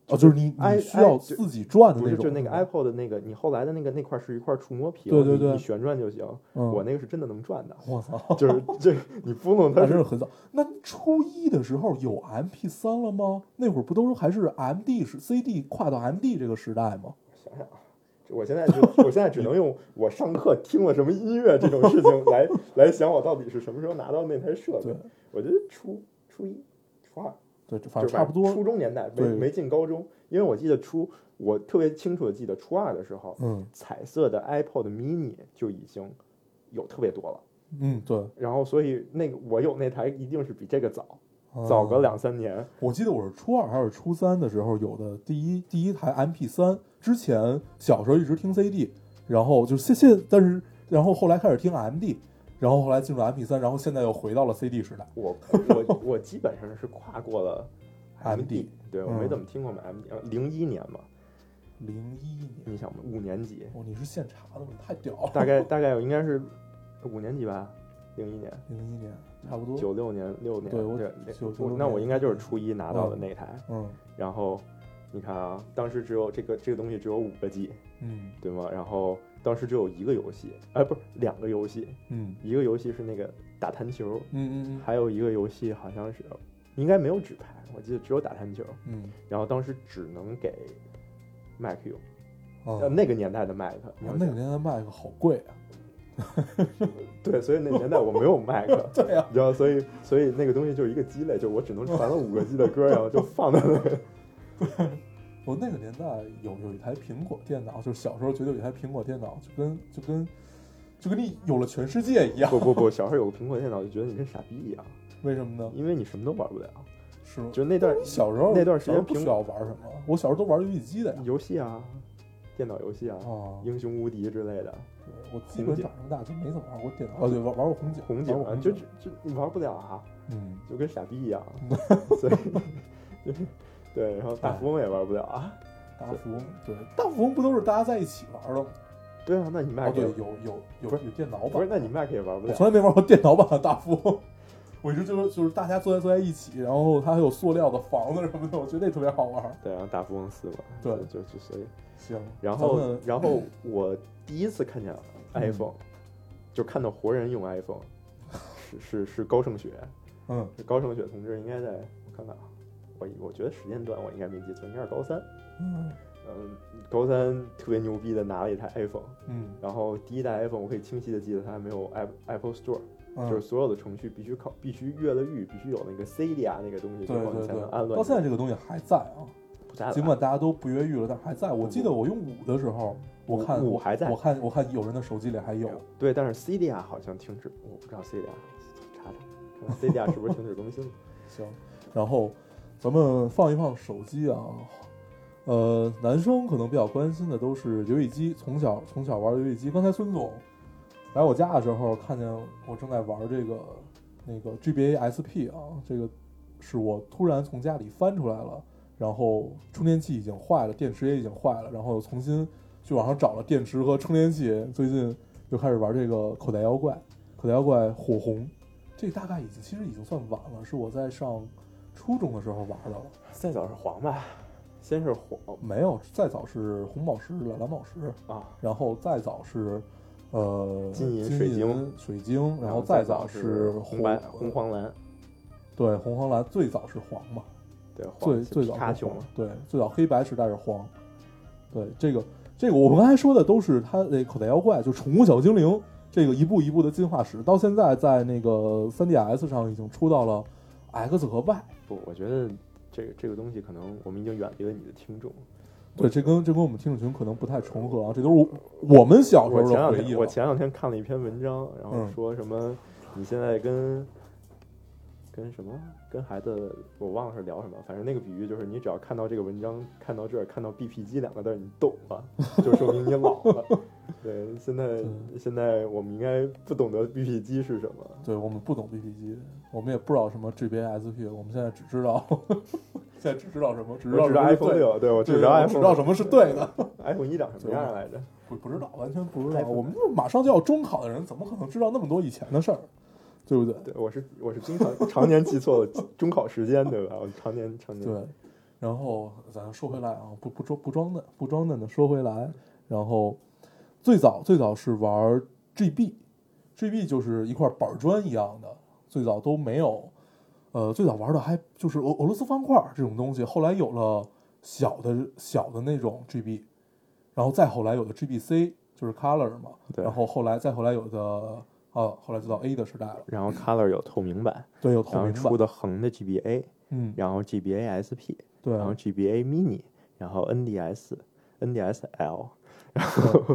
Speaker 2: 哦，就是你
Speaker 3: 哎
Speaker 2: 你需要
Speaker 3: 哎就
Speaker 2: 自己转的
Speaker 3: 不
Speaker 2: 那
Speaker 3: 是，
Speaker 2: 种，
Speaker 3: 就那个 Apple 的那个，你后来的那个那块是一块触摸屏，
Speaker 2: 对对
Speaker 3: 你
Speaker 2: 对
Speaker 3: 你旋转就行。
Speaker 2: 嗯
Speaker 3: 我那个是真的能转的，
Speaker 2: 我操，
Speaker 3: 就是这你不弄它
Speaker 2: 那真是
Speaker 3: 是
Speaker 2: 很早。那初一的时候有 MP 三了吗？那会儿不都还是 MD 是 CD 跨到 MD 这个时代吗？
Speaker 3: 想想啊，我现在就我现在只能用我上课听了什么音乐这种事情来 来想我到底是什么时候拿到那台设备
Speaker 2: 对。
Speaker 3: 我觉得初初一、初二，
Speaker 2: 对，
Speaker 3: 就
Speaker 2: 反正差不
Speaker 3: 初
Speaker 2: 多。
Speaker 3: 中年代没
Speaker 2: 对
Speaker 3: 没进高中，因为我记得初我特别清楚的记得初二的时候，
Speaker 2: 嗯
Speaker 3: 彩色的 iPod mini 就已经有特别多了。
Speaker 2: 嗯，对，
Speaker 3: 然后，所以那个我有那台一定是比这个早，早个
Speaker 2: 嗯
Speaker 3: 两三年。
Speaker 2: 我记得我是初二还是初三的时候有的第一第一台 MP 三，之前小时候一直听 CD，然后就现现但是然后后来开始听 MD，然后后来进入 MP 三，然后现在又回到了 CD 时代。
Speaker 3: 我我 我基本上是跨过了
Speaker 2: MD
Speaker 3: 对我
Speaker 2: 嗯
Speaker 3: 没怎么听过买 MD，零一年嘛，
Speaker 2: 零一年，
Speaker 3: 你想嘛，五年级，
Speaker 2: 哦，你是现查的吗？太屌了！
Speaker 3: 大概大概我应该是五年级吧，零一年，
Speaker 2: 零一年差不多。
Speaker 3: 九六年六年，
Speaker 2: 对我
Speaker 3: 对
Speaker 2: 九九
Speaker 3: 我
Speaker 2: 六
Speaker 3: 那我
Speaker 2: 年
Speaker 3: 应该就是初一拿到的那台，
Speaker 2: 嗯
Speaker 3: 然后你看啊，当时只有这个这个东西只有五个 G，
Speaker 2: 嗯
Speaker 3: 对吗？然后当时只有一个游戏，哎，不是两个游戏，
Speaker 2: 嗯
Speaker 3: 一个游戏是那个打弹球，
Speaker 2: 嗯嗯
Speaker 3: 还有一个游戏好像是应该没有纸牌，我记得只有打弹球。
Speaker 2: 嗯
Speaker 3: 然后当时只能给 Mac 用，
Speaker 2: 嗯啊！
Speaker 3: 呃、那个年代的 Mac，你要
Speaker 2: 那个
Speaker 3: 想
Speaker 2: 年代麦克好贵啊！
Speaker 3: 对，所以那年代我没有 Mac，
Speaker 2: 对呀、
Speaker 3: 你知道，所以所以那个东西就是一个鸡肋，就我只能传了五个 G 的歌，然后就放在那儿。
Speaker 2: 我那个年代有有一台苹果电脑，就是小时候觉得有一台苹果电脑，就跟就跟就跟你有了全世界一样。
Speaker 3: 不不不，小时候有个苹果电脑就觉得你跟傻逼一样，
Speaker 2: 为什么呢？
Speaker 3: 因为你什么都玩不了。
Speaker 2: 是吗？
Speaker 3: 就那段
Speaker 2: 小时候
Speaker 3: 那段时间
Speaker 2: 小候不
Speaker 3: 苹
Speaker 2: 需要玩什么，我小时候都玩游戏机的呀。
Speaker 3: 游戏啊，电脑游戏啊，
Speaker 2: 啊，
Speaker 3: 英雄无敌之类的，
Speaker 2: 对我基本长这么大就没怎么玩过电脑。哦，对，玩玩过红警，
Speaker 3: 红警
Speaker 2: 玩过
Speaker 3: 啊，就就就你玩不了啊，
Speaker 2: 嗯，
Speaker 3: 就跟傻逼一 样。所以 就是对，然后大富翁也玩不了啊。
Speaker 2: 大富翁，对，大富翁不都是大家在一起玩的吗？
Speaker 3: 对啊，那你
Speaker 2: 哦，
Speaker 3: Mac
Speaker 2: 对，
Speaker 3: 也
Speaker 2: 有有有
Speaker 3: 不是
Speaker 2: 有电脑
Speaker 3: 不
Speaker 2: 版，
Speaker 3: 是，那你 Mac 也玩不
Speaker 2: 我
Speaker 3: 了。
Speaker 2: 从来没玩过电脑版的大富翁。 我一直就是就是大家坐在坐在一起，然后它还有塑料的房子什么的，我觉得那特别好玩。
Speaker 3: 对，然后大富翁四嘛，
Speaker 2: 对
Speaker 3: 就就所以，
Speaker 2: 行，
Speaker 3: 然
Speaker 2: 咱
Speaker 3: 后
Speaker 2: 们嗯
Speaker 3: 然后我第一次看见 iPhone，、就看到活人用 iPhone，是是是高胜雪，
Speaker 2: 嗯
Speaker 3: 高胜雪同志应该在我看看啊，我我觉得时间段我应该没记错，应该是高三，
Speaker 2: 嗯
Speaker 3: 嗯，高三特别牛逼的拿了一台 iPhone，
Speaker 2: 嗯
Speaker 3: 然后第一代 iPhone 我可以清晰的记得它还没有 Apple Apple Store，、
Speaker 2: 嗯，
Speaker 3: 就是所有的程序必须靠必须越了域，必须有那个 CDR 那个东西之
Speaker 2: 对
Speaker 3: 后你
Speaker 2: 对
Speaker 3: 才
Speaker 2: 对
Speaker 3: 能，安乱。
Speaker 2: 到现在这个东西还在啊。
Speaker 3: 不在了
Speaker 2: 尽管大家都不越狱了，但还在。我记得我用五的时候，我看
Speaker 3: 嗯五还在
Speaker 2: 我看我看有人的手机里还有。
Speaker 3: 对，但是 CDR 好像停止，我不知道 CDR，查 查看 CDR 是不是停止更新了。
Speaker 2: 行，然后咱们放一放手机啊。呃，男生可能比较关心的都是游戏机，从小从小玩游戏机。刚才孙总来我家的时候，看见我正在玩这个那个 GBA SP 啊，这个是我突然从家里翻出来了，然后充电器已经坏了，电池也已经坏了，然后重新去网上找了电池和充电器。最近又开始玩这个口袋妖怪，口袋妖怪火红，这大概已经其实已经算晚了，是我在上初中的时候玩的了。
Speaker 3: 再早是黄吧，先是黄
Speaker 2: 没有，再早是红宝石、蓝宝石，
Speaker 3: 啊，
Speaker 2: 然后再早是呃
Speaker 3: 金银
Speaker 2: 金
Speaker 3: 水晶
Speaker 2: 晶、水晶，然后
Speaker 3: 再
Speaker 2: 早
Speaker 3: 是
Speaker 2: 红呃
Speaker 3: 红白红黄蓝，
Speaker 2: 对红黄蓝，最早是黄嘛，
Speaker 3: 对，黄
Speaker 2: 最最早
Speaker 3: 卡
Speaker 2: 是
Speaker 3: 熊
Speaker 2: 黄，对，最早黑白时代是黄。对，这个这个我们刚才说的都是它那口袋妖怪，就宠物小精灵这个一步一步的进化史，到现在在那个 3DS 上已经出到了 X 和 Y。
Speaker 3: 不，我觉得这个这个东西可能我们已经远离了你的听众。
Speaker 2: 对，这跟这跟我们听众群可能不太重合啊，这都是我我们小时
Speaker 3: 我
Speaker 2: 候
Speaker 3: 前
Speaker 2: 的
Speaker 3: 两
Speaker 2: 回忆
Speaker 3: 天
Speaker 2: 了。
Speaker 3: 我前两天看了一篇文章，然后
Speaker 2: 嗯
Speaker 3: 说什么你现在跟。跟什么？跟孩子，我忘了是聊什么，反正那个比喻就是，你只要看到这个文章，看到这儿，看到 “BPG” 两个字儿，你懂了，就说明你老了。对，现在现在我们应该不懂得 BPG 是什么，
Speaker 2: 对我们不懂 BP 机，我们也不知道什么 GBA SP，我们现在只知道 现在只知道什么，只知道
Speaker 3: 我
Speaker 2: 什
Speaker 3: 只知
Speaker 2: 么
Speaker 3: 道
Speaker 2: 是
Speaker 3: iPhone
Speaker 2: 对的，
Speaker 3: 六，对我
Speaker 2: 我
Speaker 3: 只知道
Speaker 2: 我
Speaker 3: iPhone，
Speaker 2: 只知道什么是对 的，
Speaker 3: iPhone 一长什么样来着？
Speaker 2: 不不知道，完全不知道。
Speaker 3: iPhone
Speaker 2: 我们这马上就要中考的人，怎么可能知道那么多以前的事儿，对不对？
Speaker 3: 对，我是我是经常常年记错了中考时间，对吧？我常年常年
Speaker 2: 对，然后咱说回来啊，不不装不装嫩不装嫩的说回来，然后最早最早是玩 GB，GB 就是一块板砖一样的，最早都没有，呃，最早玩的还就是俄俄罗斯方块这种东西，后来有了小的小的那种 GB，然后再后来有的 GBC 就是 Color 嘛，
Speaker 3: 对
Speaker 2: 然后后来再后来有的啊，后来就到 A 的时代了，
Speaker 3: 然后 Color 有透明版，
Speaker 2: 对，有
Speaker 3: 然
Speaker 2: 透
Speaker 3: 后
Speaker 2: 明
Speaker 3: 出
Speaker 2: 版，
Speaker 3: 的横的 GBA，
Speaker 2: 嗯，
Speaker 3: 然后 GBA SP，
Speaker 2: 对，
Speaker 3: 然后 GBA Mini，然后 NDS、NDSL，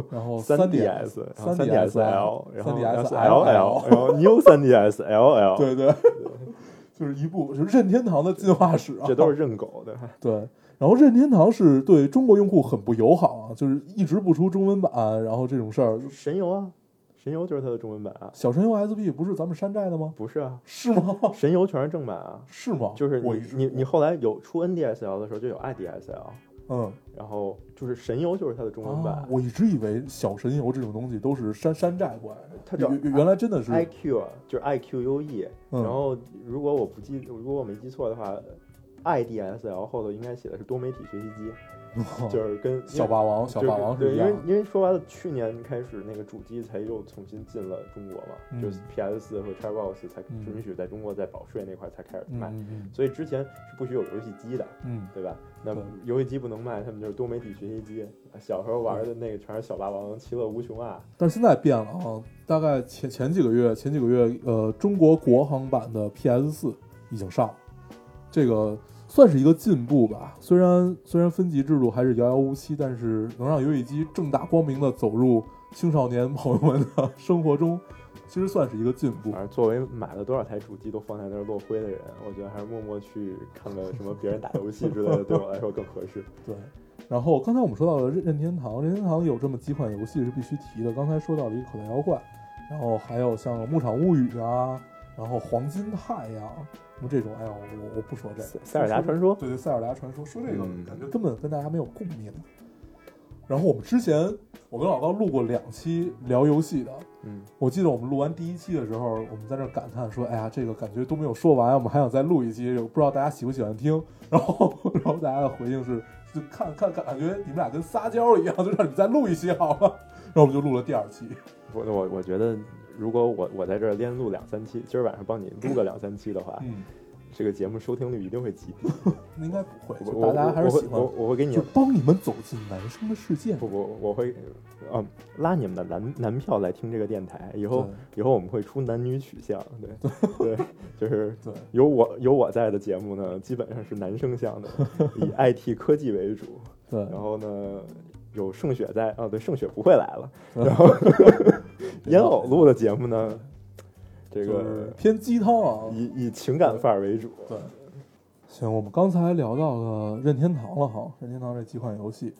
Speaker 2: 然后
Speaker 3: 三
Speaker 2: DS，
Speaker 3: 然后
Speaker 2: 三
Speaker 3: DSL，然后
Speaker 2: 3DS
Speaker 3: LL，然后 New 三 DS LL，
Speaker 2: 对对，就是一部就是任天堂的进化史啊，
Speaker 3: 这都是认狗的。
Speaker 2: 对。然后任天堂是对中国用户很不友好啊，就是一直不出中文版，然后这种事儿，
Speaker 3: 神游啊，神游就是它的中文版啊，
Speaker 2: 小神游 SP 不是咱们山寨的吗？
Speaker 3: 不是啊，
Speaker 2: 是吗？
Speaker 3: 神游全是正版啊，
Speaker 2: 是吗？
Speaker 3: 就是
Speaker 2: 哦我
Speaker 3: 你
Speaker 2: 一直
Speaker 3: 你你后来有出 NDSL 的时候就有 IDSL，
Speaker 2: 嗯
Speaker 3: 然后就是神游就是它的中文版，
Speaker 2: 啊，我一直以为小神游这种东西都是山山寨过来的，
Speaker 3: 它叫
Speaker 2: 原原原来真的是
Speaker 3: IQ 啊，就是 IQUE，、
Speaker 2: 嗯
Speaker 3: 然后如果我不记，如果我没记错的话，IDSL 后头应该写的是多媒体学习机，就是跟
Speaker 2: 哦小霸王小
Speaker 3: 就是
Speaker 2: 霸王是一
Speaker 3: 对，因
Speaker 2: 样
Speaker 3: 为
Speaker 2: 的，
Speaker 3: 因为说白了，去年开始那个主机才又重新进了中国嘛，
Speaker 2: 嗯
Speaker 3: 就是 PS 四和 Xbox 才
Speaker 2: 嗯
Speaker 3: 允许在中国在保税那块才开始
Speaker 2: 嗯
Speaker 3: 卖，
Speaker 2: 嗯
Speaker 3: 所以之前是不许有游戏机的，
Speaker 2: 嗯
Speaker 3: 对吧？那
Speaker 2: 对
Speaker 3: 游戏机不能卖，他们就是多媒体学习机。小时候玩的那个全是小霸王、其乐无穷啊，
Speaker 2: 但是现在变了啊，大概前前几个月，前几个月，呃，中国国行版的 PS 四已经上了，这个算是一个进步吧。虽然虽然分级制度还是遥遥无期，但是能让游戏机正大光明的走入青少年朋友们的生活中，其实算是一个进步
Speaker 3: 反。正作为买了多少台主机都放在那儿落灰的人，我觉得还是默默去看个什么别人打游戏之类的，对我来说更合适。
Speaker 2: 对。然后刚才我们说到了任任天堂，任天堂有这么几款游戏是必须提的。刚才说到了一个口袋妖怪，然后还有像《牧场物语》啊，然后《黄金太阳》什么这种。哎呀，我我不说这
Speaker 3: 塞
Speaker 2: 个。
Speaker 3: 塞尔达传说
Speaker 2: 对对，塞尔达传说说这个
Speaker 3: 嗯
Speaker 2: 感觉根本跟大家没有共鸣。然后我们之前，我跟老高录过两期聊游戏的，
Speaker 3: 嗯，
Speaker 2: 我记得我们录完第一期的时候，我们在那儿感叹说：“哎呀，这个感觉都没有说完，我们还想再录一期，不知道大家喜不喜欢听。”然后， 然后大家的回应是：“就看看感觉你们俩跟撒娇一样，就让你们再录一期好吗？”然后我们就录了第二期。
Speaker 3: 我我我觉得，如果我我在这儿连录两三期，今儿晚上帮你录个两三期的话，
Speaker 2: 嗯，
Speaker 3: 这个节目收听率一定会极低。
Speaker 2: 应该不会，
Speaker 3: 我
Speaker 2: 就
Speaker 3: 我
Speaker 2: 大家还是喜
Speaker 3: 我
Speaker 2: 欢
Speaker 3: 我，我会给你
Speaker 2: 就帮你们走进男生的世界。
Speaker 3: 不不，我会啊拉你们的男男票来听这个电台。以后
Speaker 2: 对
Speaker 3: 以后我们会出男女取向， 对对，就是
Speaker 2: 对，
Speaker 3: 有我有我在的节目呢，基本上是男生向的，以 IT 科技为主。
Speaker 2: 对
Speaker 3: 然后呢，有盛雪在啊，对，盛雪不会来了。
Speaker 2: 嗯
Speaker 3: 然后烟偶录的节目呢，这
Speaker 2: 就是
Speaker 3: 个
Speaker 2: 偏鸡汤啊。
Speaker 3: 以以情感范儿为主。
Speaker 2: 对，行，我们刚才聊到了任天堂了哈，任天堂这几款游戏，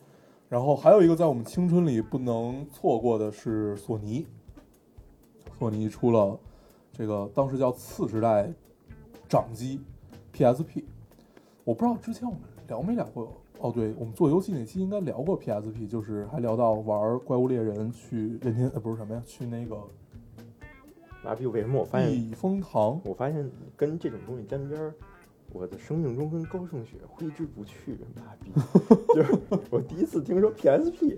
Speaker 2: 然后还有一个在我们青春里不能错过的是索尼，索尼出了这个当时叫次时代掌机 PSP，我不知道之前我们聊没聊过。哦，对，我们做游戏那期应该聊过 PSP，就是还聊到玩《怪物猎人》去任天，呃，不是什么呀，去那个
Speaker 3: 麻痹为什么我发现
Speaker 2: 避风塘，
Speaker 3: 我发现跟这种东西沾边儿，我的生命中跟高胜雪挥之不去，妈 逼！就是我第一次听说 PSP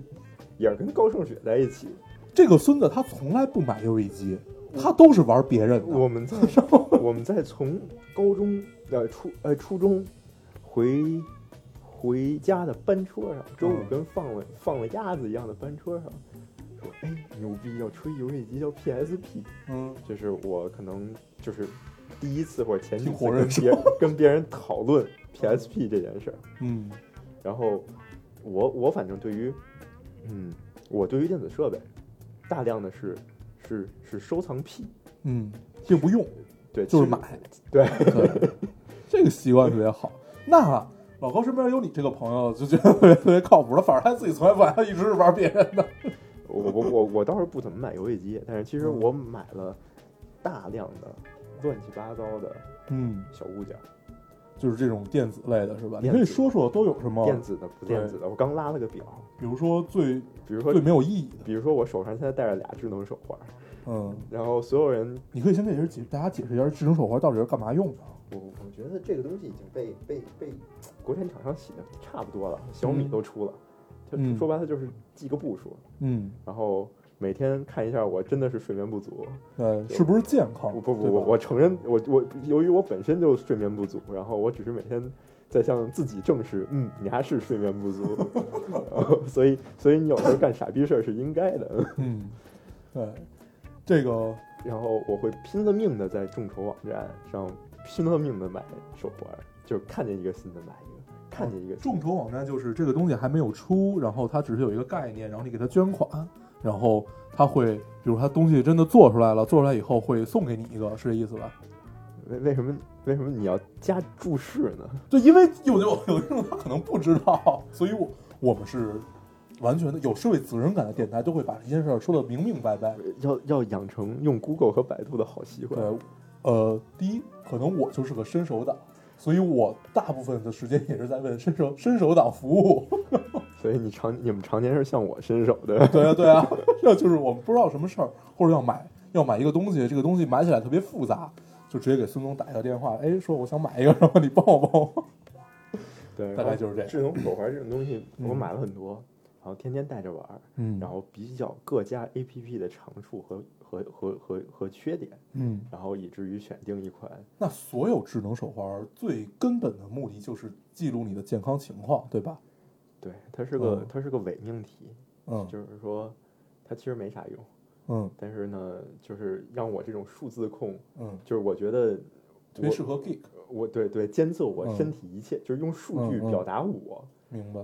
Speaker 3: 也是跟高胜雪在一起，
Speaker 2: 这个孙子他从来不买游戏机，他都是玩别人的。
Speaker 3: 我们在 我们在从高中呃初呃初中回回家的班车上，周五
Speaker 2: 嗯
Speaker 3: 跟放了、放了鸭子一样的班车上，说哎牛逼要吹游戏机叫 PSP，
Speaker 2: 嗯
Speaker 3: 这是我可能就是第一次或者前几
Speaker 2: 挺
Speaker 3: 次
Speaker 2: 火热
Speaker 3: 跟
Speaker 2: 是
Speaker 3: 别人跟别人讨论 PSP 这件事儿。
Speaker 2: 嗯
Speaker 3: 然后我我反正对于嗯我对于电子设备大量的是是是收藏癖，
Speaker 2: 嗯，并不用，
Speaker 3: 对
Speaker 2: 就是
Speaker 3: 其实
Speaker 2: 买。
Speaker 3: 对。
Speaker 2: 对， 这个习惯特别好。那老高身边有你这个朋友，就觉得特别特别靠谱了。反正他自己从来不玩，他一直是玩别人的。
Speaker 3: 我我我我倒是不怎么买游戏机，但是其实
Speaker 2: 嗯
Speaker 3: 我买了大量的乱七八糟的
Speaker 2: 嗯，
Speaker 3: 小物件儿，
Speaker 2: 就是这种电子类的是吧？你
Speaker 3: 电
Speaker 2: 可以
Speaker 3: 子
Speaker 2: 说说都有什么？
Speaker 3: 电子的不电子的。我刚拉了个表，
Speaker 2: 比如说最
Speaker 3: 比如说
Speaker 2: 最没有意义的，
Speaker 3: 比如说我手上现在戴着俩智能手环，
Speaker 2: 嗯，
Speaker 3: 然后所有人
Speaker 2: 你可以先给人解大家解释一下智能手环到底是干嘛用的。
Speaker 3: 我我觉得这个东西已经被被被国产厂商写的差不多了，小米
Speaker 2: 嗯
Speaker 3: 都出了，
Speaker 2: 嗯
Speaker 3: 就说白了就是记个步数，
Speaker 2: 嗯，
Speaker 3: 然后每天看一下，我真的是睡眠不足。
Speaker 2: 对，是不是健康？
Speaker 3: 我不不
Speaker 2: 哦对吧
Speaker 3: 我我承认，我我由于我本身就睡眠不足，然后我只是每天在向自己证实，嗯，你还是睡眠不足， 然后所以所以你有时候干傻逼事儿是应该的。
Speaker 2: 嗯，对，这个
Speaker 3: 然后我会拼了命的在众筹网站上拼了命的买手环，就是看见一个新的买一个，看见一个新的
Speaker 2: 众筹网站就是这个东西还没有出，然后它只是有一个概念，然后你给它捐款，然后它会，比如它东西真的做出来了，做出来以后会送给你一个，是这意思吧？
Speaker 3: 为为什么为什么你要加注释呢？
Speaker 2: 对，因为有有有一种他可能不知道，所以我我们是完全的有社会责任感的电台，都会把这件事儿说的明明白白。
Speaker 3: 呃要要养成用 Google 和百度的好习惯。
Speaker 2: 对，呃，第一，可能我就是个伸手党，所以我大部分的时间也是在为伸手伸手党服务。
Speaker 3: 所以你常你们常年是向我伸手的，
Speaker 2: 对啊，对啊， 这就是我们不知道什么事儿，或者要买要买一个东西，这个东西买起来特别复杂，就直接给孙总打一个电话，哎，说我想买一个，然后你帮我帮 我。
Speaker 3: 对，
Speaker 2: 大概就是这样
Speaker 3: 智能手环这种东西，
Speaker 2: 嗯
Speaker 3: 我买了很多，然后天天带着玩儿，
Speaker 2: 嗯
Speaker 3: 然后比较各家 APP 的长处和和和和和缺点，
Speaker 2: 嗯，
Speaker 3: 然后以至于选定一款。
Speaker 2: 那所有智能手环儿最根本的目的就是记录你的健康情况，对吧？
Speaker 3: 对，它是个、
Speaker 2: 嗯
Speaker 3: 它是个伪命题，
Speaker 2: 嗯
Speaker 3: 就是说它其实没啥用，
Speaker 2: 嗯
Speaker 3: 但是呢，就是让我这种数字控，
Speaker 2: 嗯，
Speaker 3: 就是我觉得
Speaker 2: 特别适
Speaker 3: 我
Speaker 2: 合 geek，
Speaker 3: 我对对监测我
Speaker 2: 嗯
Speaker 3: 身体一切，就是用数据
Speaker 2: 嗯嗯
Speaker 3: 表达我。
Speaker 2: 明白？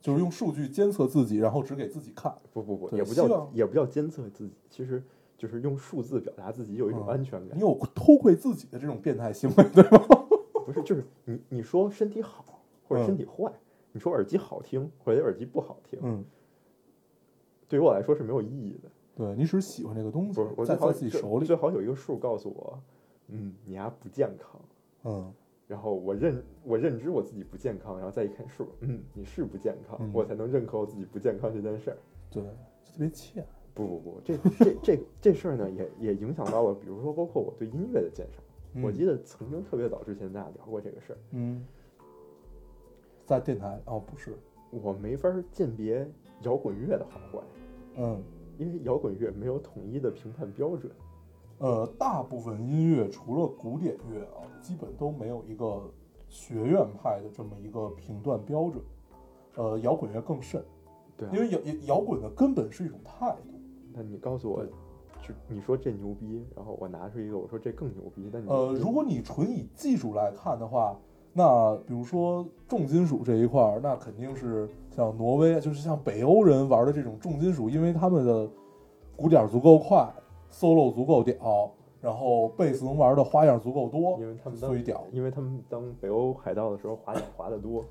Speaker 2: 就是用数据监测自己，然后只给自己看。
Speaker 3: 不不不，
Speaker 2: 对
Speaker 3: 也不
Speaker 2: 希
Speaker 3: 叫
Speaker 2: 望
Speaker 3: 也不叫监测自己，其实就是用数字表达自己有一种
Speaker 2: 嗯
Speaker 3: 安全感
Speaker 2: 你。有偷窥自己的这种变态行为，对吧？
Speaker 3: 不是，就是你你说身体好或者身体坏，你说耳机好听或者耳机不好听，
Speaker 2: 嗯，
Speaker 3: 对于我来说是没有意义的。
Speaker 2: 对你只是喜欢这个东西
Speaker 3: 不是，，我
Speaker 2: 在
Speaker 3: 最好
Speaker 2: 在自己
Speaker 3: 最
Speaker 2: 手里
Speaker 3: 最。好有一个数告诉我，嗯，你丫不健康。
Speaker 2: 嗯
Speaker 3: 然后我认我认知我自己不健康，然后再一看数，嗯，你是不健康，
Speaker 2: 嗯
Speaker 3: 我才能认可我自己不健康这件事儿。，
Speaker 2: 对，就特别欠。
Speaker 3: 不不不，这这这这事儿呢，也也影响到了，比如说包括我对音乐的鉴赏。我记
Speaker 2: 得，
Speaker 3: 得曾经特别早之前咱俩聊过这个事儿，
Speaker 2: 嗯，在电台哦，不是，
Speaker 3: 我没法儿鉴别摇滚乐的好坏，
Speaker 2: 嗯
Speaker 3: 因为摇滚乐没有统一的评判标准。
Speaker 2: 呃，大部分音乐除了古典乐啊，基本都没有一个学院派的这么一个评断标准。呃，摇滚乐更甚，
Speaker 3: 对、啊，
Speaker 2: 因为摇摇滚的根本是一种态度。
Speaker 3: 那你告诉我
Speaker 2: 对，
Speaker 3: 就你说这牛逼，然后我拿出一个我说这更牛逼，那你
Speaker 2: 呃，如果你纯以技术来看的话，那比如说重金属这一块儿，那肯定是像挪威，就是像北欧人玩的这种重金属，因为他们的鼓点儿足够快，solo 足够屌，然后贝斯能玩的花样足够多，
Speaker 3: 因为他们当
Speaker 2: 所以屌，
Speaker 3: 因为他们当北欧海盗的时候滑桨滑得多，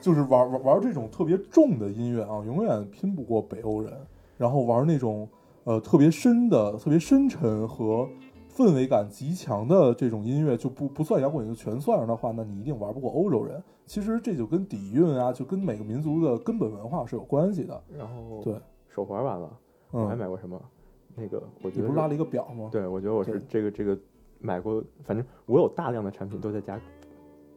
Speaker 2: 就是玩玩玩这种特别重的音乐啊，永远拼不过北欧人。然后玩那种呃特别深的、特别深沉和氛围感极强的这种音乐，就不不算摇滚，就全算上的话，那你一定玩不过欧洲人。其实这就跟底蕴啊，就跟每个民族的根本文化是有关系的。
Speaker 3: 然后
Speaker 2: 对，
Speaker 3: 手环完了，我还
Speaker 2: 嗯，
Speaker 3: 买过什么？那个我觉
Speaker 2: 你
Speaker 3: 得
Speaker 2: 不是拉了一个表吗？
Speaker 3: 对，我觉得我是
Speaker 2: 对
Speaker 3: 这个这个买过，反正我有大量的产品都在家，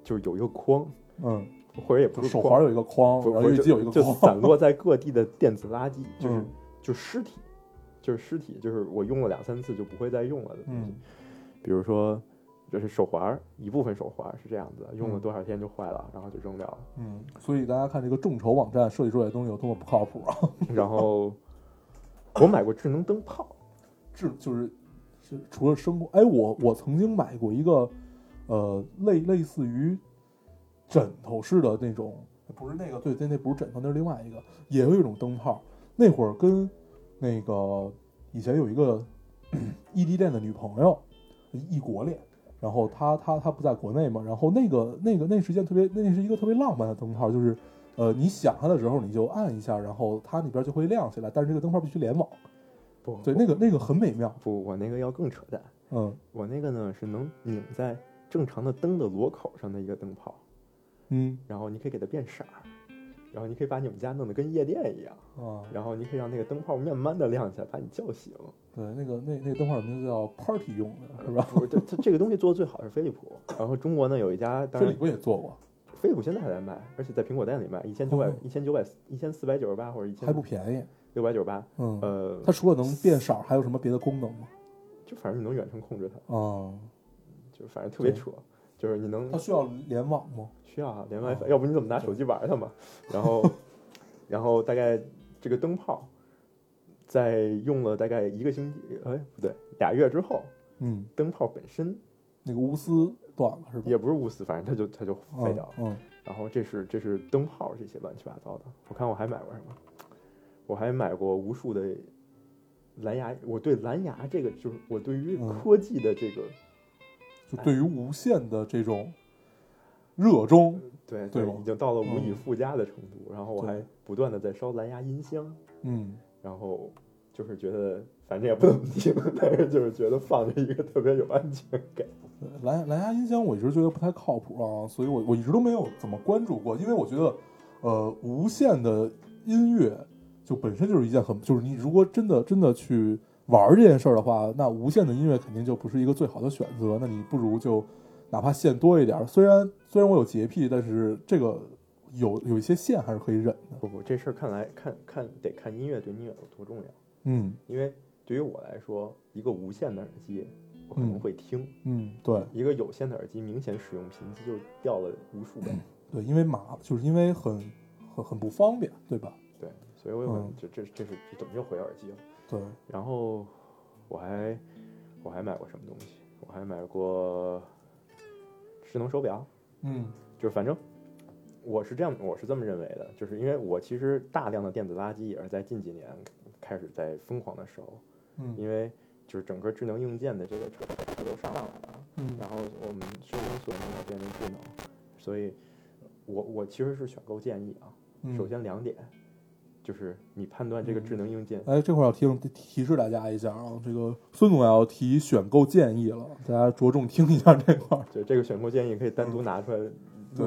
Speaker 3: 就是有一个框，
Speaker 2: 嗯，
Speaker 3: 或者也
Speaker 2: 就
Speaker 3: 不是
Speaker 2: 手
Speaker 3: 框
Speaker 2: 环有一个框，
Speaker 3: 不
Speaker 2: 然
Speaker 3: 不
Speaker 2: 后
Speaker 3: 是
Speaker 2: 一级有一个
Speaker 3: 就
Speaker 2: 框，
Speaker 3: 散落在各地的电子垃圾，就是、
Speaker 2: 嗯
Speaker 3: 就是尸体，就是尸体，就是我用了两三次就不会再用了的东西。
Speaker 2: 嗯
Speaker 3: 比如说，就是手环儿，一部分手环儿是这样子的，用
Speaker 2: 嗯
Speaker 3: 了多少天就坏了，然后就扔掉了。
Speaker 2: 嗯，所以大家看这个众筹网站设计出来的东西有多么不靠谱啊！
Speaker 3: 然后我买过智能灯泡，
Speaker 2: 这就是是除了声控，哎，我我曾经买过一个，呃，类类似于枕头式的那种，不是那个，对对，那不是枕头，那是另外一个，也有一种灯泡。那会儿跟那个以前有一个 咳异地恋的女朋友，异国恋，然后她她她不在国内嘛，然后那个那个那是一件特别，那是一个特别浪漫的灯泡，就是。呃，你想它的时候你就按一下，然后它那边就会亮起来，但是这个灯泡必须联网。
Speaker 3: 不
Speaker 2: 对，那个那个很美妙。
Speaker 3: 不，我那个要更扯淡，
Speaker 2: 嗯，
Speaker 3: 我那个呢是能拧在正常的灯的螺口上的一个灯泡，
Speaker 2: 嗯
Speaker 3: 然后你可以给它变色儿，然后你可以把你们家弄得跟夜店一样。
Speaker 2: 啊，
Speaker 3: 然后你可以让那个灯泡慢慢的亮起来，把你叫醒。
Speaker 2: 对，那个那那个灯泡名字叫 Party 用的是吧？
Speaker 3: 不是，这这这个东西做的最好是飞利浦，然后中国呢有一家，当
Speaker 2: 飞利
Speaker 3: 然
Speaker 2: 浦也做过，
Speaker 3: 飞利浦现在还在卖，而且在苹果店里卖，一千九百
Speaker 2: 哦、
Speaker 3: 一千九百、一千四百九十八或者一千
Speaker 2: 还不便宜。
Speaker 3: 六百九十八。
Speaker 2: 嗯，
Speaker 3: 呃，
Speaker 2: 它除了能变色儿，还有什么别的功能吗？
Speaker 3: 就反正你能远程控制它，
Speaker 2: 啊、
Speaker 3: 就反正特别
Speaker 2: 对哦
Speaker 3: 扯，就是你能
Speaker 2: 啊它需要联网吗？
Speaker 3: 需要啊连
Speaker 2: 哦
Speaker 3: WiFi，、要不你怎么拿手机玩 它嘛？然后，然后大概这个灯泡，在用了大概一个星期，哎，不对，俩月之后，
Speaker 2: 嗯，
Speaker 3: 灯泡本身
Speaker 2: 那个钨丝断了是吧？
Speaker 3: 也不是钨丝，反正它就它就废掉了。
Speaker 2: 嗯。嗯，
Speaker 3: 然后这是这是灯泡这些乱七八糟的。我看我还买过什么？我还买过无数的蓝牙。我对蓝牙这个就是我对于
Speaker 2: 嗯
Speaker 3: 科技的这个、
Speaker 2: 就对于无线的这种热衷，
Speaker 3: 对
Speaker 2: 对
Speaker 3: 对
Speaker 2: 吧
Speaker 3: 已经到了无以
Speaker 2: 嗯
Speaker 3: 复加的程度。然后我
Speaker 2: 对
Speaker 3: 还不断的在烧蓝牙音箱，
Speaker 2: 嗯，
Speaker 3: 然后就是觉得反正也不怎么听，但是就是觉得放着一个特别有安全感。
Speaker 2: 对蓝牙蓝牙音箱我一直觉得不太靠谱啊，所以我我一直都没有怎么关注过，因为我觉得，呃，无线的音乐就本身就是一件很，就是你如果真的真的去玩儿这件事儿的话，那无线的音乐肯定就不是一个最好的选择，那你不如就哪怕线多一点儿，虽然虽然我有洁癖，但是这个有有一些线还是可以忍的，
Speaker 3: 嗯不不，这事儿看来看看得看音乐对音乐有多重要，
Speaker 2: 嗯
Speaker 3: 因为对于我来说，一个无线的耳机我可
Speaker 2: 嗯
Speaker 3: 能会听。
Speaker 2: 嗯，对。
Speaker 3: 一个有线的耳机明显使用频次就掉了无数倍，
Speaker 2: 对，因为麻，就是因为很很很不方便，对吧？
Speaker 3: 对，所以我有
Speaker 2: 嗯
Speaker 3: 很这这这是这怎么又回耳机了？
Speaker 2: 对，
Speaker 3: 然后我还我还买过什么东西？我还买过智能手表，
Speaker 2: 嗯
Speaker 3: 就是反正我是这样，我是这么认为的，就是因为我其实大量的电子垃圾也是在近几年开始在疯狂的收，
Speaker 2: 嗯
Speaker 3: 因为就是整个智能硬件的这个潮流都上来了。
Speaker 2: 嗯
Speaker 3: 然后我们生活所用的便利智能，所以我我其实是选购建议啊。
Speaker 2: 嗯。
Speaker 3: 首，先两点，就是你判断这个智能硬件，
Speaker 2: 哎，这块儿要提醒提示大家一下啊，这个孙总要提选购建议了，大家着重听一下这块儿。
Speaker 3: 就这个选购建议可以
Speaker 2: 嗯
Speaker 3: 单独拿出来录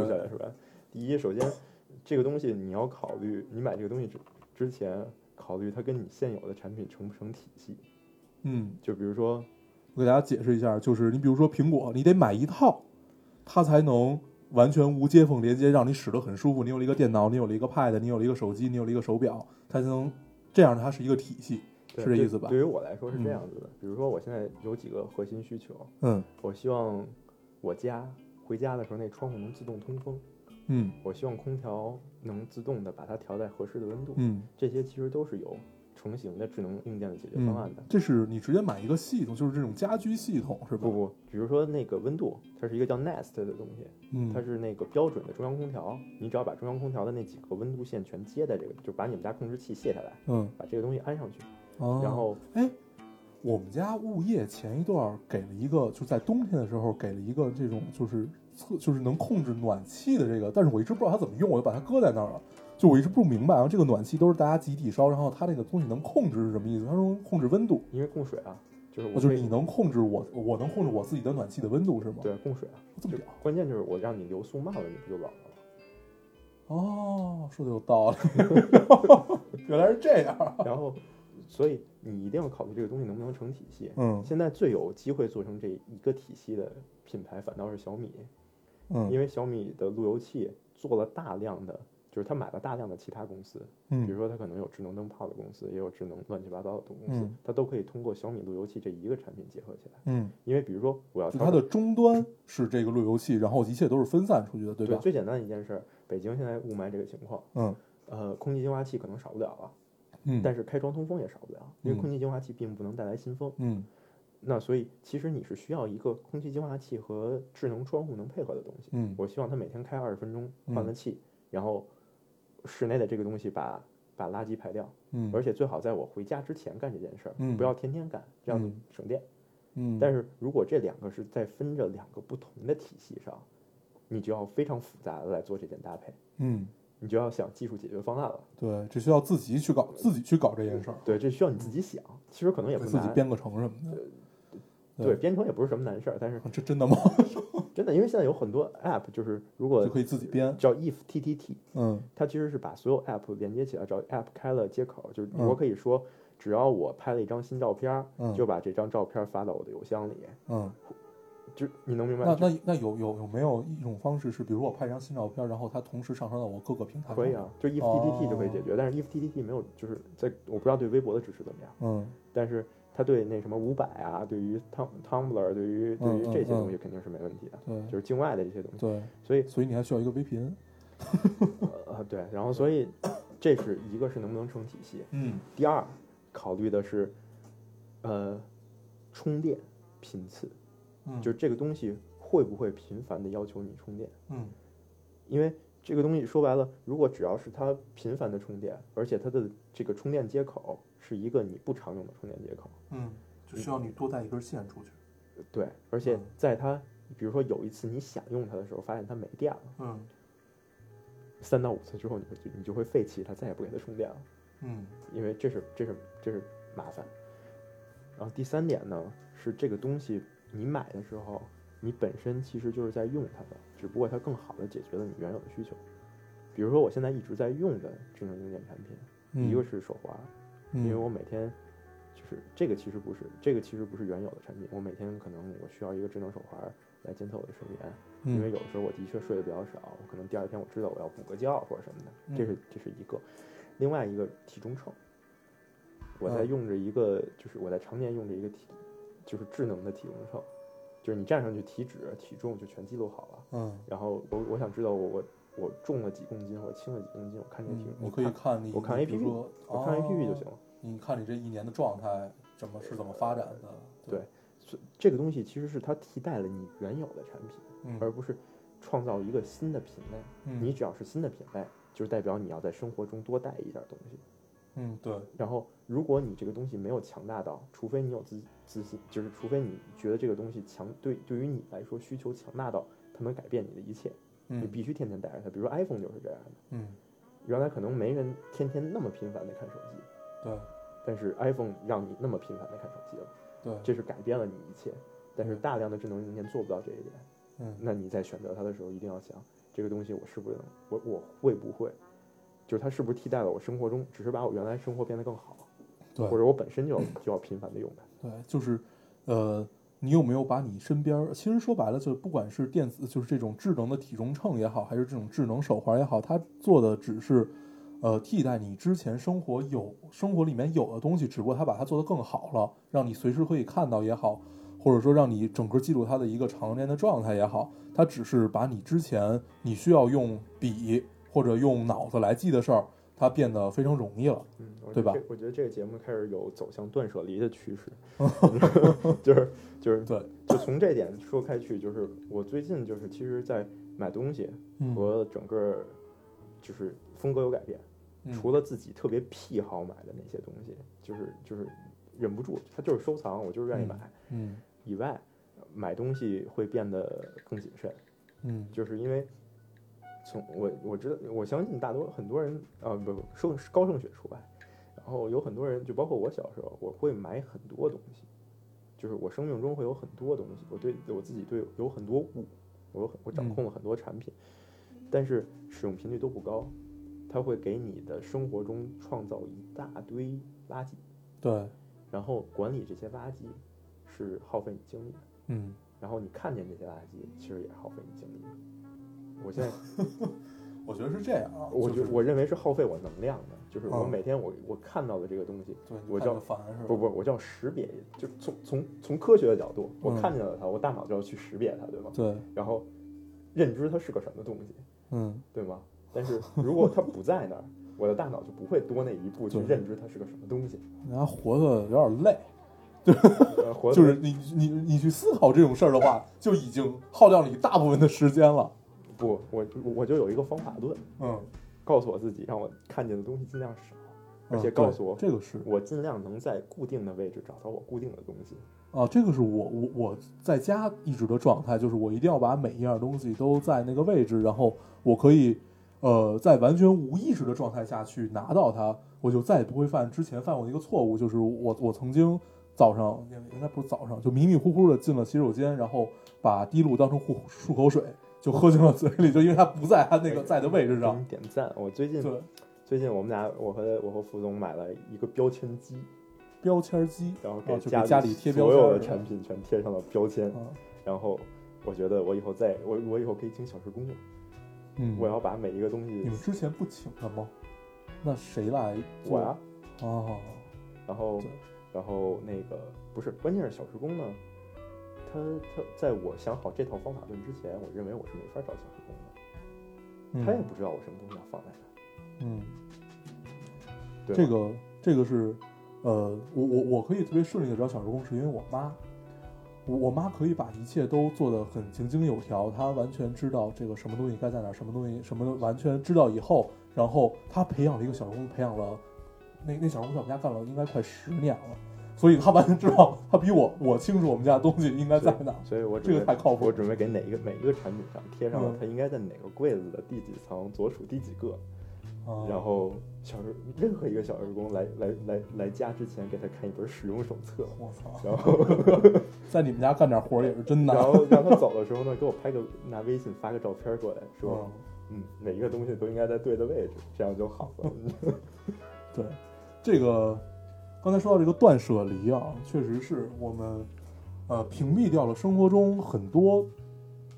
Speaker 3: 下来，是吧？第一，首先这个东西你要考虑，你买这个东西之之前考虑它跟你现有的产品成不成体系。
Speaker 2: 嗯，
Speaker 3: 就比如说，
Speaker 2: 我给大家解释一下，就是你比如说苹果，你得买一套，它才能完全无接缝连接，让你使得很舒服。你有了一个电脑，你有了一个 Pad，你有了一个手机，你有了一个手表，它才能这样，它是一个体系。
Speaker 3: 对
Speaker 2: 是这意思吧
Speaker 3: 对于我来说是
Speaker 2: 嗯
Speaker 3: 这样子的，比如说我现在有几个核心需求，
Speaker 2: 嗯
Speaker 3: 我希望我家回家的时候那窗户能自动通风。
Speaker 2: 嗯
Speaker 3: 我希望空调能自动的把它调在合适的温度，
Speaker 2: 嗯。
Speaker 3: 这些其实都是有成型的智能硬件的解决
Speaker 2: 嗯，
Speaker 3: 方案的。
Speaker 2: 这是你直接买一个系统，就是这嗯种家居系统是吧？
Speaker 3: 不，不，比如说那个温度，它是一个叫 Nest 的东西，
Speaker 2: 嗯，
Speaker 3: 它是那个标准的中央空调，你只要把中央空调的那几个温度线全接在这个，就把你们家控制器卸下来，
Speaker 2: 嗯，
Speaker 3: 把这个东西安上去，
Speaker 2: 哦
Speaker 3: 然后
Speaker 2: 哎，我们家物业前一段给了一个，就在冬天的时候给了一个这种就是测就是能控制暖气的这个，但是我一直不知道它怎么用，我就把它搁在那儿了。就我一直不明白啊，这个暖气都是大家集体烧，然后它那个东西能控制是什么意思？它说控制温度，
Speaker 3: 因为供水啊，就是我
Speaker 2: 哦，就是
Speaker 3: 可以
Speaker 2: 你能控制我，我能控制我自己的暖气的温度是吗？，
Speaker 3: 对供水啊，
Speaker 2: 这么
Speaker 3: 就
Speaker 2: 屌
Speaker 3: 关键就是我让你流速慢了，你不就冷了吗？
Speaker 2: 哦，说的有 道理，原来是这样啊，
Speaker 3: 然后，所以你一定要考虑这个东西能不能成体系。
Speaker 2: 嗯
Speaker 3: 现在最有机会做成这一个体系的品牌，反倒是小米，
Speaker 2: 嗯
Speaker 3: 因为小米的路由器做了大量的，就是他买了大量的其他公司，比如
Speaker 2: 嗯
Speaker 3: 说他可能有智能灯泡的公司，也有智能乱七八糟的公司
Speaker 2: 嗯，
Speaker 3: 它都可以通过小米路由器这一个产品结合起来。
Speaker 2: 嗯。
Speaker 3: 因为比如说我要
Speaker 2: 就
Speaker 3: 调
Speaker 2: 它的
Speaker 3: 整
Speaker 2: 终端是这个路由器，然后一切都是分散出去的，对
Speaker 3: 对
Speaker 2: 吧？
Speaker 3: 最简单的一件事儿，北京现在雾霾这个情况，
Speaker 2: 嗯
Speaker 3: 呃，空气净化器可能少不了了，
Speaker 2: 嗯，
Speaker 3: 但
Speaker 2: 是
Speaker 3: 是开窗通风也少不了，啊因为
Speaker 2: 嗯
Speaker 3: 空气净化器并不能带来新风。
Speaker 2: 嗯
Speaker 3: 那所以其实你是需要一个空气净化器和智能窗户能配合的东西。
Speaker 2: 嗯
Speaker 3: 我希望它每天开二十分钟
Speaker 2: 嗯
Speaker 3: 换个气，然后室内的这个东西把把垃圾排掉，
Speaker 2: 嗯，
Speaker 3: 而且最好在我回家之前干这件事儿，
Speaker 2: 嗯
Speaker 3: 不要天天干，这样子
Speaker 2: 嗯
Speaker 3: 省电。
Speaker 2: 嗯，
Speaker 3: 但是如果这两个是在分着两个不同的体系上，你就要非常复杂的来做这件搭配，
Speaker 2: 嗯，
Speaker 3: 你就要想技术解决方案了。
Speaker 2: 对，这需要自己去搞，自己去搞这件事儿，
Speaker 3: 对，这需要你自己想，其实可能也不
Speaker 2: 嗯自己
Speaker 3: 难。
Speaker 2: 编个程什么对
Speaker 3: 对，编程也不是什么难事儿，但是
Speaker 2: 的，这真的吗？
Speaker 3: 真的，因为现在有很多 app，就是如果
Speaker 2: 就可以自己编，
Speaker 3: 叫 if ttt，
Speaker 2: 嗯
Speaker 3: 它其实是把所有 app 连接起来，只要 app 开了接口，就是
Speaker 2: 嗯
Speaker 3: 我可以说，只要我拍了一张新照片儿，
Speaker 2: 嗯
Speaker 3: 就把这张照片儿发到我的邮箱里，
Speaker 2: 嗯
Speaker 3: 就是你能明白？
Speaker 2: 那
Speaker 3: 就
Speaker 2: 那那有有有没有一种方式是，比如我拍一张新照片，然后它同时上传到我各个平台？
Speaker 3: 可以啊，，就 if
Speaker 2: 哦
Speaker 3: TTT 就可以解决，但是 if TTT 没有，就是在我不知道对微博的支持怎么样，
Speaker 2: 嗯，
Speaker 3: 但是它对那什么五百啊，对于 Tum Tumblr，对于对
Speaker 2: 嗯
Speaker 3: 于
Speaker 2: 嗯
Speaker 3: 这些
Speaker 2: 嗯
Speaker 3: 东西肯定是没问题的，
Speaker 2: 对
Speaker 3: 就是境外的这些东西，
Speaker 2: 对，
Speaker 3: 所以
Speaker 2: 所以你还需要一个 VPN。
Speaker 3: 呃对，然后所以这是一个是能不能成体系，
Speaker 2: 嗯，
Speaker 3: 第二考虑的是呃充电频次，就是这个东西会不会频繁的要求你充电。
Speaker 2: 嗯
Speaker 3: 因为这个东西说白了，如果只要是它频繁的充电，而且它的这个充电接口是一个你不常用的充电接口，
Speaker 2: 嗯，就需要你多带一根线出去。
Speaker 3: 对，而且
Speaker 2: 嗯
Speaker 3: 在它，比如说有一次你想用它的时候，发现它没电了，
Speaker 2: 嗯
Speaker 3: 三到五次之后，你会你就会废弃它，再也不给它充电了，
Speaker 2: 嗯
Speaker 3: 因为这是这是这是麻烦。然后第三点呢，是这个东西你买的时候，你本身其实就是在用它的，只不过它更好的解决了你原有的需求。比如说我现在一直在用的智能硬件产品，一个是手滑，
Speaker 2: 嗯
Speaker 3: 因为我每天就是这个其实不是这个其实不是原有的产品，我每天可能我需要一个智能手环来监测我的睡眠，
Speaker 2: 嗯
Speaker 3: 因为有时候我的确睡得比较少，我可能第二天我知道我要补个觉或者什么
Speaker 2: 嗯
Speaker 3: 的，这是这是一个，另外一个体重秤，我在
Speaker 2: 嗯
Speaker 3: 用着一个就是我在常年用着一个体就是智能的体重秤，就是你站上去体脂体重就全记录好了，
Speaker 2: 嗯，
Speaker 3: 然后我我想知道我我我重了几公斤，我轻了几公斤，我看这个体
Speaker 2: 嗯
Speaker 3: 重，
Speaker 2: 我
Speaker 3: 我
Speaker 2: 可以
Speaker 3: 看
Speaker 2: 看你，
Speaker 3: 我看
Speaker 2: 你比如
Speaker 3: APP
Speaker 2: 说
Speaker 3: 我看 A P P 就行。
Speaker 2: 哦
Speaker 3: 了。
Speaker 2: 你看你这一年的状态怎么是怎么发展的？
Speaker 3: 对，所以这个东西其实是它替代了你原有的产品，而
Speaker 2: 嗯
Speaker 3: 不是创造一个新的品类。
Speaker 2: 嗯
Speaker 3: 你只要是新的品类，就是代表你要在生活中多带一点东西。
Speaker 2: 嗯对，
Speaker 3: 然后，如果你这个东西没有强大到，除非你有自自信，就是除非你觉得这个东西强对对于你来说需求强大到它能改变你的一切，你
Speaker 2: 嗯
Speaker 3: 必须天天带着它。比如说 iPhone 就是这样的，
Speaker 2: 嗯
Speaker 3: 原来可能没人天天那么频繁的看手机，
Speaker 2: 对
Speaker 3: 但是 iPhone 让你那么频繁的看手机了。
Speaker 2: 对，
Speaker 3: 这是改变了你一切。但是大量的智能硬件做不到这一点，
Speaker 2: 嗯
Speaker 3: 那你在选择它的时候，一定要想这个东西我是不是能，我我会不会，就是它是不是替代了我生活中，只是把我原来生活变得更好，
Speaker 2: 对
Speaker 3: 或者我本身就要就要频繁的用它。
Speaker 2: 对，就是，呃，你有没有把你身边儿，其实说白了，就是不管是电子，就是这种智能的体重秤也好，还是这种智能手环也好，它做的只是，呃，替代你之前生活有生活里面有的东西，只不过它把它做得更好了，让你随时可以看到也好，或者说让你整个记录它的一个常年的状态也好，它只是把你之前你需要用笔或者用脑子来记的事儿，它变得非常容易了。
Speaker 3: 嗯，我觉得
Speaker 2: 对吧
Speaker 3: 这我觉得这个节目开始有走向断舍离的趋 势，就是就是
Speaker 2: 对，
Speaker 3: 就从这点说开去，就是我最近就是其实，在买东西
Speaker 2: 嗯，
Speaker 3: 和整个就是风格有改变。
Speaker 2: 嗯
Speaker 3: 除了自己特别癖好买的那些东西，就是就是忍不住，它就是收藏，我就是愿意买。
Speaker 2: 嗯
Speaker 3: 以外，买东西会变得更谨慎，
Speaker 2: 嗯
Speaker 3: 就是因为从我我知道，我相信大多很多人啊，不不，受高盛雪除外，然后有很多人，就包括我小时候，我会买很多东西，就是我生命中会有很多东西，我对我自己对有很多物，我有很我掌控了很多产品，但是使用频率都不高，它会给你的生活中创造一大堆垃圾，
Speaker 2: 对，
Speaker 3: 然后管理这些垃圾是耗费你精力的。
Speaker 2: 嗯
Speaker 3: 然后你看见这些垃圾，其实也是耗费你精力的。我现在，
Speaker 2: 我觉得是这样啊，
Speaker 3: 我
Speaker 2: 就
Speaker 3: 觉
Speaker 2: 是
Speaker 3: 我认为是耗费我能量的，就是我
Speaker 2: 嗯
Speaker 3: 每天我我看到的这个东西，
Speaker 2: 对，
Speaker 3: 我
Speaker 2: 叫
Speaker 3: 叫
Speaker 2: 烦是吧？
Speaker 3: 不不，我叫识别，就从从从科学的角度，我
Speaker 2: 嗯
Speaker 3: 看见了它，我大脑就要去识别它，对吗？
Speaker 2: 对，
Speaker 3: 然后认知它是个什么东西，
Speaker 2: 嗯，
Speaker 3: 对吗？但是如果它不在那儿，我的大脑就不会多那一步去
Speaker 2: 对
Speaker 3: 认知它是个什么东西。
Speaker 2: 人家活得有点累，
Speaker 3: 呃活得
Speaker 2: 就是你你你去思考这种事儿的话，就已经耗掉你大部分的时间了。
Speaker 3: 不，我我就有一个方法论，
Speaker 2: 嗯，
Speaker 3: 告诉我自己，让我看见的东西尽量少，而且
Speaker 2: 嗯
Speaker 3: 告诉我
Speaker 2: 对这个是
Speaker 3: 我尽量能在固定的位置找到我固定的东西。
Speaker 2: 啊，这个是我我我在家一直的状态，就是我一定要把每一样东西都在那个位置，然后我可以呃在完全无意识的状态下去拿到它，我就再也不会犯之前犯过的一个错误，就是我我曾经早上应该不是早上，就迷迷糊糊的进了洗手间，然后把滴露当成漱漱口水就喝进了嘴里，就因为它不在它那个在的位置
Speaker 3: 给
Speaker 2: 上
Speaker 3: 你。点赞。我最近
Speaker 2: 对，
Speaker 3: 最近我们俩，我和我和副总买了一个标签机，
Speaker 2: 标签机，
Speaker 3: 然后
Speaker 2: 啊
Speaker 3: 给
Speaker 2: 就给
Speaker 3: 家里
Speaker 2: 家里贴标
Speaker 3: 所有的
Speaker 2: 签
Speaker 3: 产
Speaker 2: 儿。
Speaker 3: 品全贴上了标签，
Speaker 2: 啊，
Speaker 3: 然后我觉得我以后再我我以后可以请小时工了，
Speaker 2: 嗯，
Speaker 3: 我要把每一个东
Speaker 2: 你
Speaker 3: 西
Speaker 2: 们之前不请他吗？那谁来做
Speaker 3: 我呀，啊
Speaker 2: 哦，
Speaker 3: 然后
Speaker 2: 对
Speaker 3: 然后那个不是，关键是小时工呢，他他在我想好这套方法论之前，我认为我是没法找小时工的，
Speaker 2: 嗯
Speaker 3: 他也不知道我什么东西要放在那
Speaker 2: 嗯，
Speaker 3: 儿，对
Speaker 2: 这
Speaker 3: 吗
Speaker 2: 个这个是，呃，我我我可以特别顺利的找小时工，是因为我妈，我我妈可以把一切都做得很井井有条，她完全知道这个什么东西该在哪儿，什么东西什么完全知道以后，然后她培养了一个小时工，培养了那那小时工在我们家干了应该快十年了，所以她完全知道，她比我我清楚我们家的东西应该在哪儿。
Speaker 3: 所以我
Speaker 2: 这
Speaker 3: 准
Speaker 2: 个
Speaker 3: 备
Speaker 2: 太靠谱
Speaker 3: 我
Speaker 2: 了，
Speaker 3: 准备给哪一个每一个产品上贴上了
Speaker 2: 嗯
Speaker 3: 它应该在哪个柜子的第几层，左数第几个，
Speaker 2: 啊
Speaker 3: 然后小时任何一个小时工来来来来家之前，给他看一本使用手册，
Speaker 2: 啊我操，
Speaker 3: 然后
Speaker 2: 在你们家干点活儿也是真难
Speaker 3: 然。后让他走的时候呢，给我拍个拿微信发个照片过来，说
Speaker 2: 嗯，
Speaker 3: 嗯每一个东西都应该在对的位置，这样就好了。
Speaker 2: 对，这个刚才说到这个断舍离啊，确实是我们呃屏蔽掉了生活中很多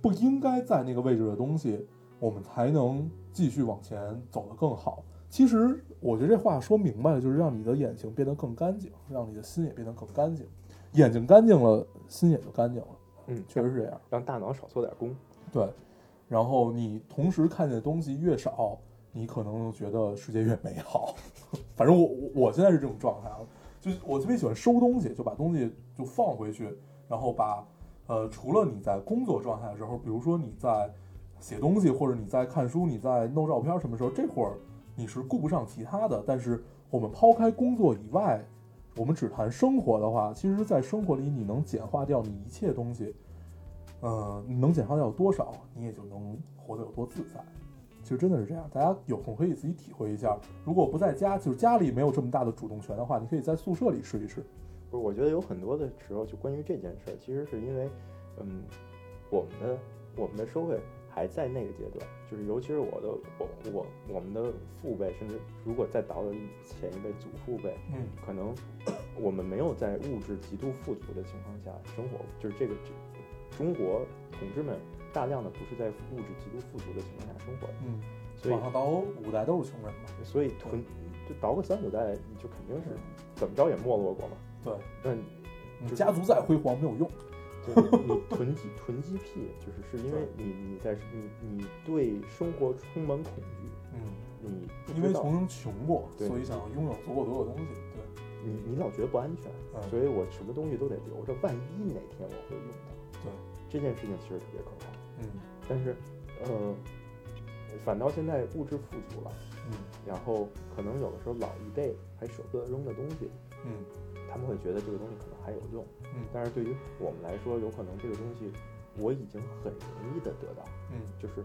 Speaker 2: 不应该在那个位置的东西，我们才能继续往前走得更好。其实我觉得这话说明白了，就是让你的眼睛变得更干净，让你的心也变得更干净。眼睛干净了，心也就干净了，
Speaker 3: 嗯，
Speaker 2: 确实是这样。
Speaker 3: 让大脑少做点工。
Speaker 2: 对，然后你同时看见的东西越少，你可能觉得世界越美好。 反正我我我现在是这种状态啊，就是我特别喜欢收东西，就把东西就放回去，然后把呃，除了你在工作状态的时候，比如说你在写东西或者你在看书、你在弄照片儿什么时候，这会儿你是顾不上其他的。但是我们抛开工作以外，我们只谈生活的话，其实，在生活里你能简化掉你一切东西，呃，你能简化掉有多少，你也就能活得有多自在。其实真的是这样，大家有空可以自己体会一下。如果不在家，就是家里没有这么大的主动权的话，你可以在宿舍里试一试。
Speaker 3: 不是，我觉得有很多的时候，就关于这件事儿，其实是因为，嗯，我们的我们的社会还在那个阶段，就是尤其是我的我我我们的父辈，甚至如果再倒到一前一辈祖父辈，
Speaker 2: 嗯
Speaker 3: 可能我们没有在物质极度富足的情况下生活，就是这个这中国同志们大量的不是在物质极度富足的情况下生活的，
Speaker 2: 嗯，
Speaker 3: 所以
Speaker 2: 往上倒五代都是穷人嘛。
Speaker 3: 所以囤就倒个三五代，你就肯定是怎么着也没落过嘛。
Speaker 2: 对，
Speaker 3: 那你
Speaker 2: 你
Speaker 3: 就是
Speaker 2: 家族再辉煌没有用。
Speaker 3: 就是你囤积囤积癖，就是是因为你你在你你对生活充满恐惧，
Speaker 2: 嗯，
Speaker 3: 你不
Speaker 2: 因
Speaker 3: 知
Speaker 2: 为
Speaker 3: 道
Speaker 2: 曾经穷过，
Speaker 3: 对
Speaker 2: 所以想要拥有足够多的东西。对
Speaker 3: 你你老觉得不安全，
Speaker 2: 嗯
Speaker 3: 所以我什么东西都得留着，万一哪天我会用到。
Speaker 2: 对，
Speaker 3: 这件事情其实特别可怕。
Speaker 2: 嗯
Speaker 3: 但是，呃，反倒现在物质富足了，
Speaker 2: 嗯
Speaker 3: 然后可能有的时候老一辈还舍不得扔的东西，
Speaker 2: 嗯
Speaker 3: 他们会觉得这个东西可能还有用。
Speaker 2: 嗯
Speaker 3: 但是对于我们来说，有可能这个东西我已经很容易的得到，
Speaker 2: 嗯
Speaker 3: 就是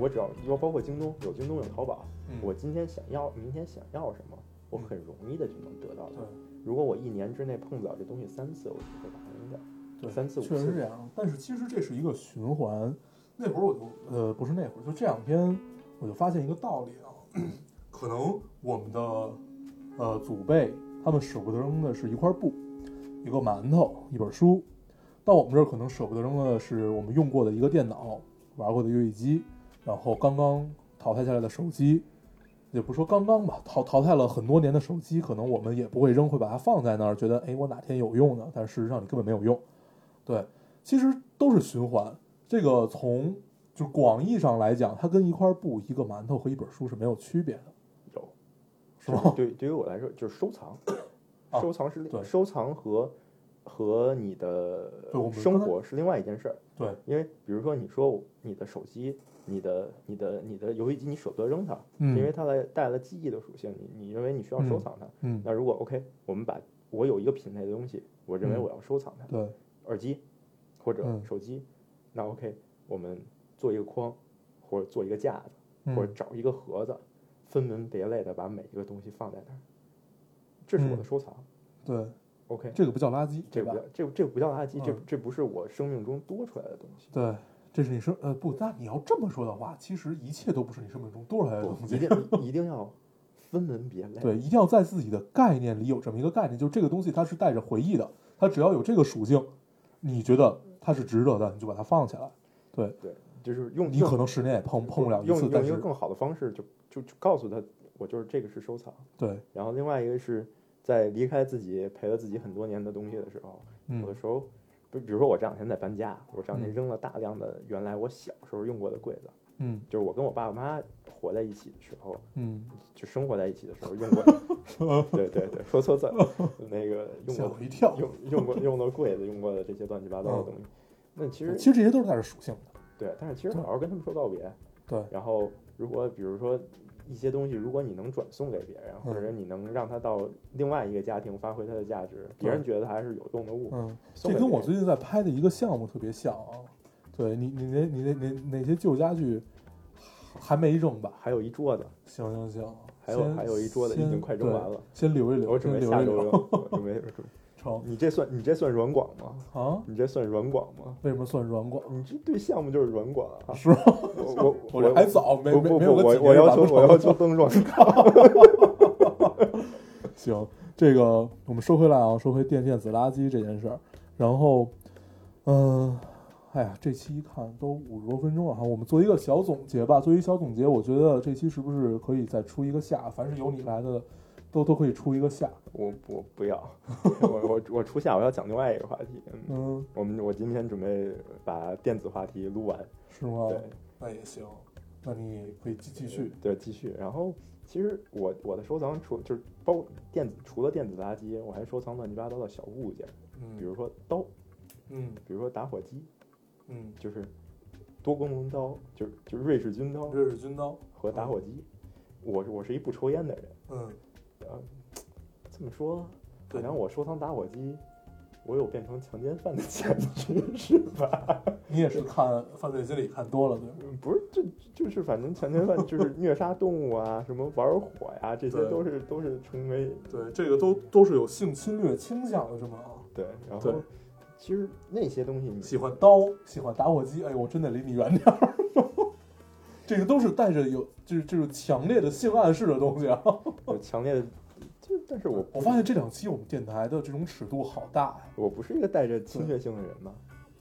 Speaker 3: 我只要要包括京东有京东有淘宝，
Speaker 2: 嗯，
Speaker 3: 我今天想要，明天想要什么，我
Speaker 2: 嗯
Speaker 3: 很容易的就能得到它。
Speaker 2: 对
Speaker 3: 如果我一年之内碰不了这东西三次，我就会把它扔掉。
Speaker 2: 对，
Speaker 3: 三次五
Speaker 2: 确实
Speaker 3: 次
Speaker 2: 是这样。但是其实这是一个循环。那会儿我就呃不是那会儿，就这两天我就发现一个道理啊，可能我们的呃祖辈他们舍不得扔的是一块布、一个馒头、一本书，到我们这儿可能舍不得扔的是我们用过的一个电脑、玩过的游戏机，然后刚刚淘汰下来的手机，也不说刚刚吧，淘淘汰了很多年的手机，可能我们也不会扔，会把它放在那儿，觉得哎我哪天有用呢？但事实上你根本没有用。对，其实都是循环。这个从就广义上来讲，它跟一块布、一个馒头和一本书是没有区别的，
Speaker 3: 有，
Speaker 2: 是吗？
Speaker 3: 对，对于我来说就是收藏，
Speaker 2: 啊
Speaker 3: 收藏是另
Speaker 2: 对
Speaker 3: 收藏和和你的
Speaker 2: 对我们
Speaker 3: 生
Speaker 2: 刚才
Speaker 3: 活是另外一件事儿。
Speaker 2: 对，
Speaker 3: 因为比如说你说你的手机、你的、你的、你的游戏机，你舍不得扔它，
Speaker 2: 嗯
Speaker 3: 因为它来带了记忆的属性，你你认为你需要收藏它。
Speaker 2: 嗯，
Speaker 3: 那如果 OK，我们把我有一个品类的东西，我认为
Speaker 2: 嗯
Speaker 3: 我要收藏它，
Speaker 2: 对，
Speaker 3: 耳机或者
Speaker 2: 嗯
Speaker 3: 手机，那 OK，我们做一个框，或者做一个架子，或者
Speaker 2: 嗯，
Speaker 3: 找一个盒子，分门别类的把每一个东西放在那儿，这是我的
Speaker 2: 嗯
Speaker 3: 收藏。
Speaker 2: 对，
Speaker 3: OK，
Speaker 2: 这个不叫垃圾，对
Speaker 3: 这不
Speaker 2: 吧
Speaker 3: 叫？这这不叫垃圾，这
Speaker 2: 嗯
Speaker 3: 这不是我生命中多出来的东西。
Speaker 2: 对，这是你生呃不，那你要这么说的话，其实一切都不是你生命中多出来的
Speaker 3: 不
Speaker 2: 东
Speaker 3: 一
Speaker 2: 西。
Speaker 3: 定一定要分门别类。
Speaker 2: 对，一定要在自己的概念里有这么一个概念，就是这个东西它是带着回忆的，它只要有这个属性，你觉得它是值得的，你就把它放起来。对
Speaker 3: 对，就是用
Speaker 2: 你可能十年也碰碰不了一
Speaker 3: 用
Speaker 2: 次，
Speaker 3: 用
Speaker 2: 但
Speaker 3: 一个
Speaker 2: 是
Speaker 3: 更好的方式就就就告诉他，我就是这个是收藏。
Speaker 2: 对，
Speaker 3: 然后另外一个是在离开自己陪了自己很多年的东西的时候，有的
Speaker 2: 嗯
Speaker 3: 时候，不，比如说我这两天在搬家，我这两天
Speaker 2: 嗯
Speaker 3: 扔了大量的原来我小时候用过的柜子，
Speaker 2: 嗯
Speaker 3: 就是我跟我爸爸妈妈活在一起的时候，
Speaker 2: 嗯，
Speaker 3: 就生活在一起的时候用过， 对对对，说错字儿，那个用
Speaker 2: 吓
Speaker 3: 过
Speaker 2: 我一跳。
Speaker 3: 用用过用的柜子，用过的这些乱七八糟的东西，那其实
Speaker 2: 嗯其实这些都是它的属性的，
Speaker 3: 对，但是其实好好跟他们说告别。
Speaker 2: 对
Speaker 3: 然后如果比如说一些东西，如果你能转送给别人，
Speaker 2: 嗯
Speaker 3: 或者你能让它到另外一个家庭发挥它的价值，别人觉得还是有用的物，
Speaker 2: 嗯，
Speaker 3: 送
Speaker 2: 这
Speaker 3: 给
Speaker 2: 跟我
Speaker 3: 别人
Speaker 2: 最近在拍的一个项目特别像啊。对你你那你那那那些旧家具还没扔吧？
Speaker 3: 还有一桌子，
Speaker 2: 行行行，
Speaker 3: 还有
Speaker 2: 先
Speaker 3: 还有一桌子已
Speaker 2: 先
Speaker 3: 经快扔完
Speaker 2: 对
Speaker 3: 了，
Speaker 2: 先留一留，
Speaker 3: 我准备
Speaker 2: 先
Speaker 3: 下
Speaker 2: 留
Speaker 3: 周
Speaker 2: 一留
Speaker 3: 扔，我准备准备
Speaker 2: 成
Speaker 3: 你这算你这算软广吗？
Speaker 2: 啊？
Speaker 3: 你这算软广吗？
Speaker 2: 为什么算软广？
Speaker 3: 你这对项目就是软广啊！
Speaker 2: 是 吗？
Speaker 3: 我我
Speaker 2: 我这还早，没
Speaker 3: 不
Speaker 2: 没没
Speaker 3: 不不，
Speaker 2: 有个
Speaker 3: 我
Speaker 2: 几
Speaker 3: 我
Speaker 2: 年
Speaker 3: 要
Speaker 2: 咱
Speaker 3: 求
Speaker 2: 们
Speaker 3: 我 要求更软广。
Speaker 2: 行，这个我们说回来啊，说回电电子垃圾这件事儿。然后，嗯、哎呀，这期一看都五十多分钟了哈，我们做一个小总结吧。做一小总结，我觉得这期是不是可以再出一个下？凡是由你来的，都都可以出一个下。
Speaker 3: 我我不要，我我我初夏我要讲另外一个话题。嗯，
Speaker 2: 嗯，
Speaker 3: 我们我今天准备把电子话题录完，
Speaker 2: 是吗？
Speaker 3: 对
Speaker 2: 那也行，那你可以继继续。
Speaker 3: 对继续。然后其实我我的收藏除就是包电子除了电子垃圾，我还收藏乱七八糟的小物件，
Speaker 2: 嗯
Speaker 3: 比如说刀，
Speaker 2: 嗯
Speaker 3: 比如说打火机，
Speaker 2: 嗯，
Speaker 3: 就是多功能刀，就是就是瑞士军刀
Speaker 2: 这是军刀。
Speaker 3: 和打火机。我我是一不抽烟的人，
Speaker 2: 嗯，
Speaker 3: 呃，这么说，
Speaker 2: 对
Speaker 3: 好像我收藏打火机，我有变成强奸犯的潜质是吧？
Speaker 2: 你也是看犯罪心理看多了，对吧？
Speaker 3: 嗯不是，就就是反正强奸犯 就是虐杀动物啊，什么玩火呀、这些
Speaker 2: 对
Speaker 3: 都是都是成为
Speaker 2: 对，这个都都是有性侵略倾向的，是吗？
Speaker 3: 对。然
Speaker 2: 对
Speaker 3: 后其实那些东西你
Speaker 2: 喜欢刀，喜欢打火机，哎呦，我真得离你远点儿。这个都是带着有就是这种强烈的性暗示的东西啊！
Speaker 3: 有强烈的，就但是我
Speaker 2: 我发现这两期我们电台的这种尺度好大呀、
Speaker 3: 我不是一个带着侵略性的人嘛，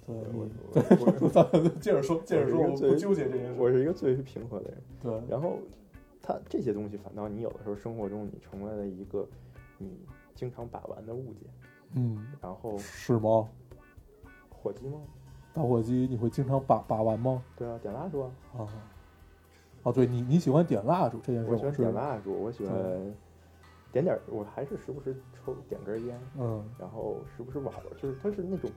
Speaker 2: 对
Speaker 3: 我
Speaker 2: 我
Speaker 3: 我 我
Speaker 2: 咱们接着说，接着说，我
Speaker 3: 我是一个
Speaker 2: 不纠结这件
Speaker 3: 我
Speaker 2: 事
Speaker 3: 我
Speaker 2: 儿。
Speaker 3: 是一个最平和的人。
Speaker 2: 对，
Speaker 3: 然后它这些东西反倒你有的时候生活中你成为了一个你经常把玩的物件，
Speaker 2: 嗯，
Speaker 3: 然后
Speaker 2: 是吗？
Speaker 3: 火机吗？
Speaker 2: 打火机你会经常把把玩吗？
Speaker 3: 对啊，点蜡烛啊，
Speaker 2: 啊，哦，对你你喜欢点蜡烛这件事，
Speaker 3: 我喜欢
Speaker 2: 是
Speaker 3: 点蜡烛，我喜欢
Speaker 2: 对
Speaker 3: 点点儿，我还是时不时抽点根烟，
Speaker 2: 嗯，
Speaker 3: 然后时不时玩玩，就是它是那种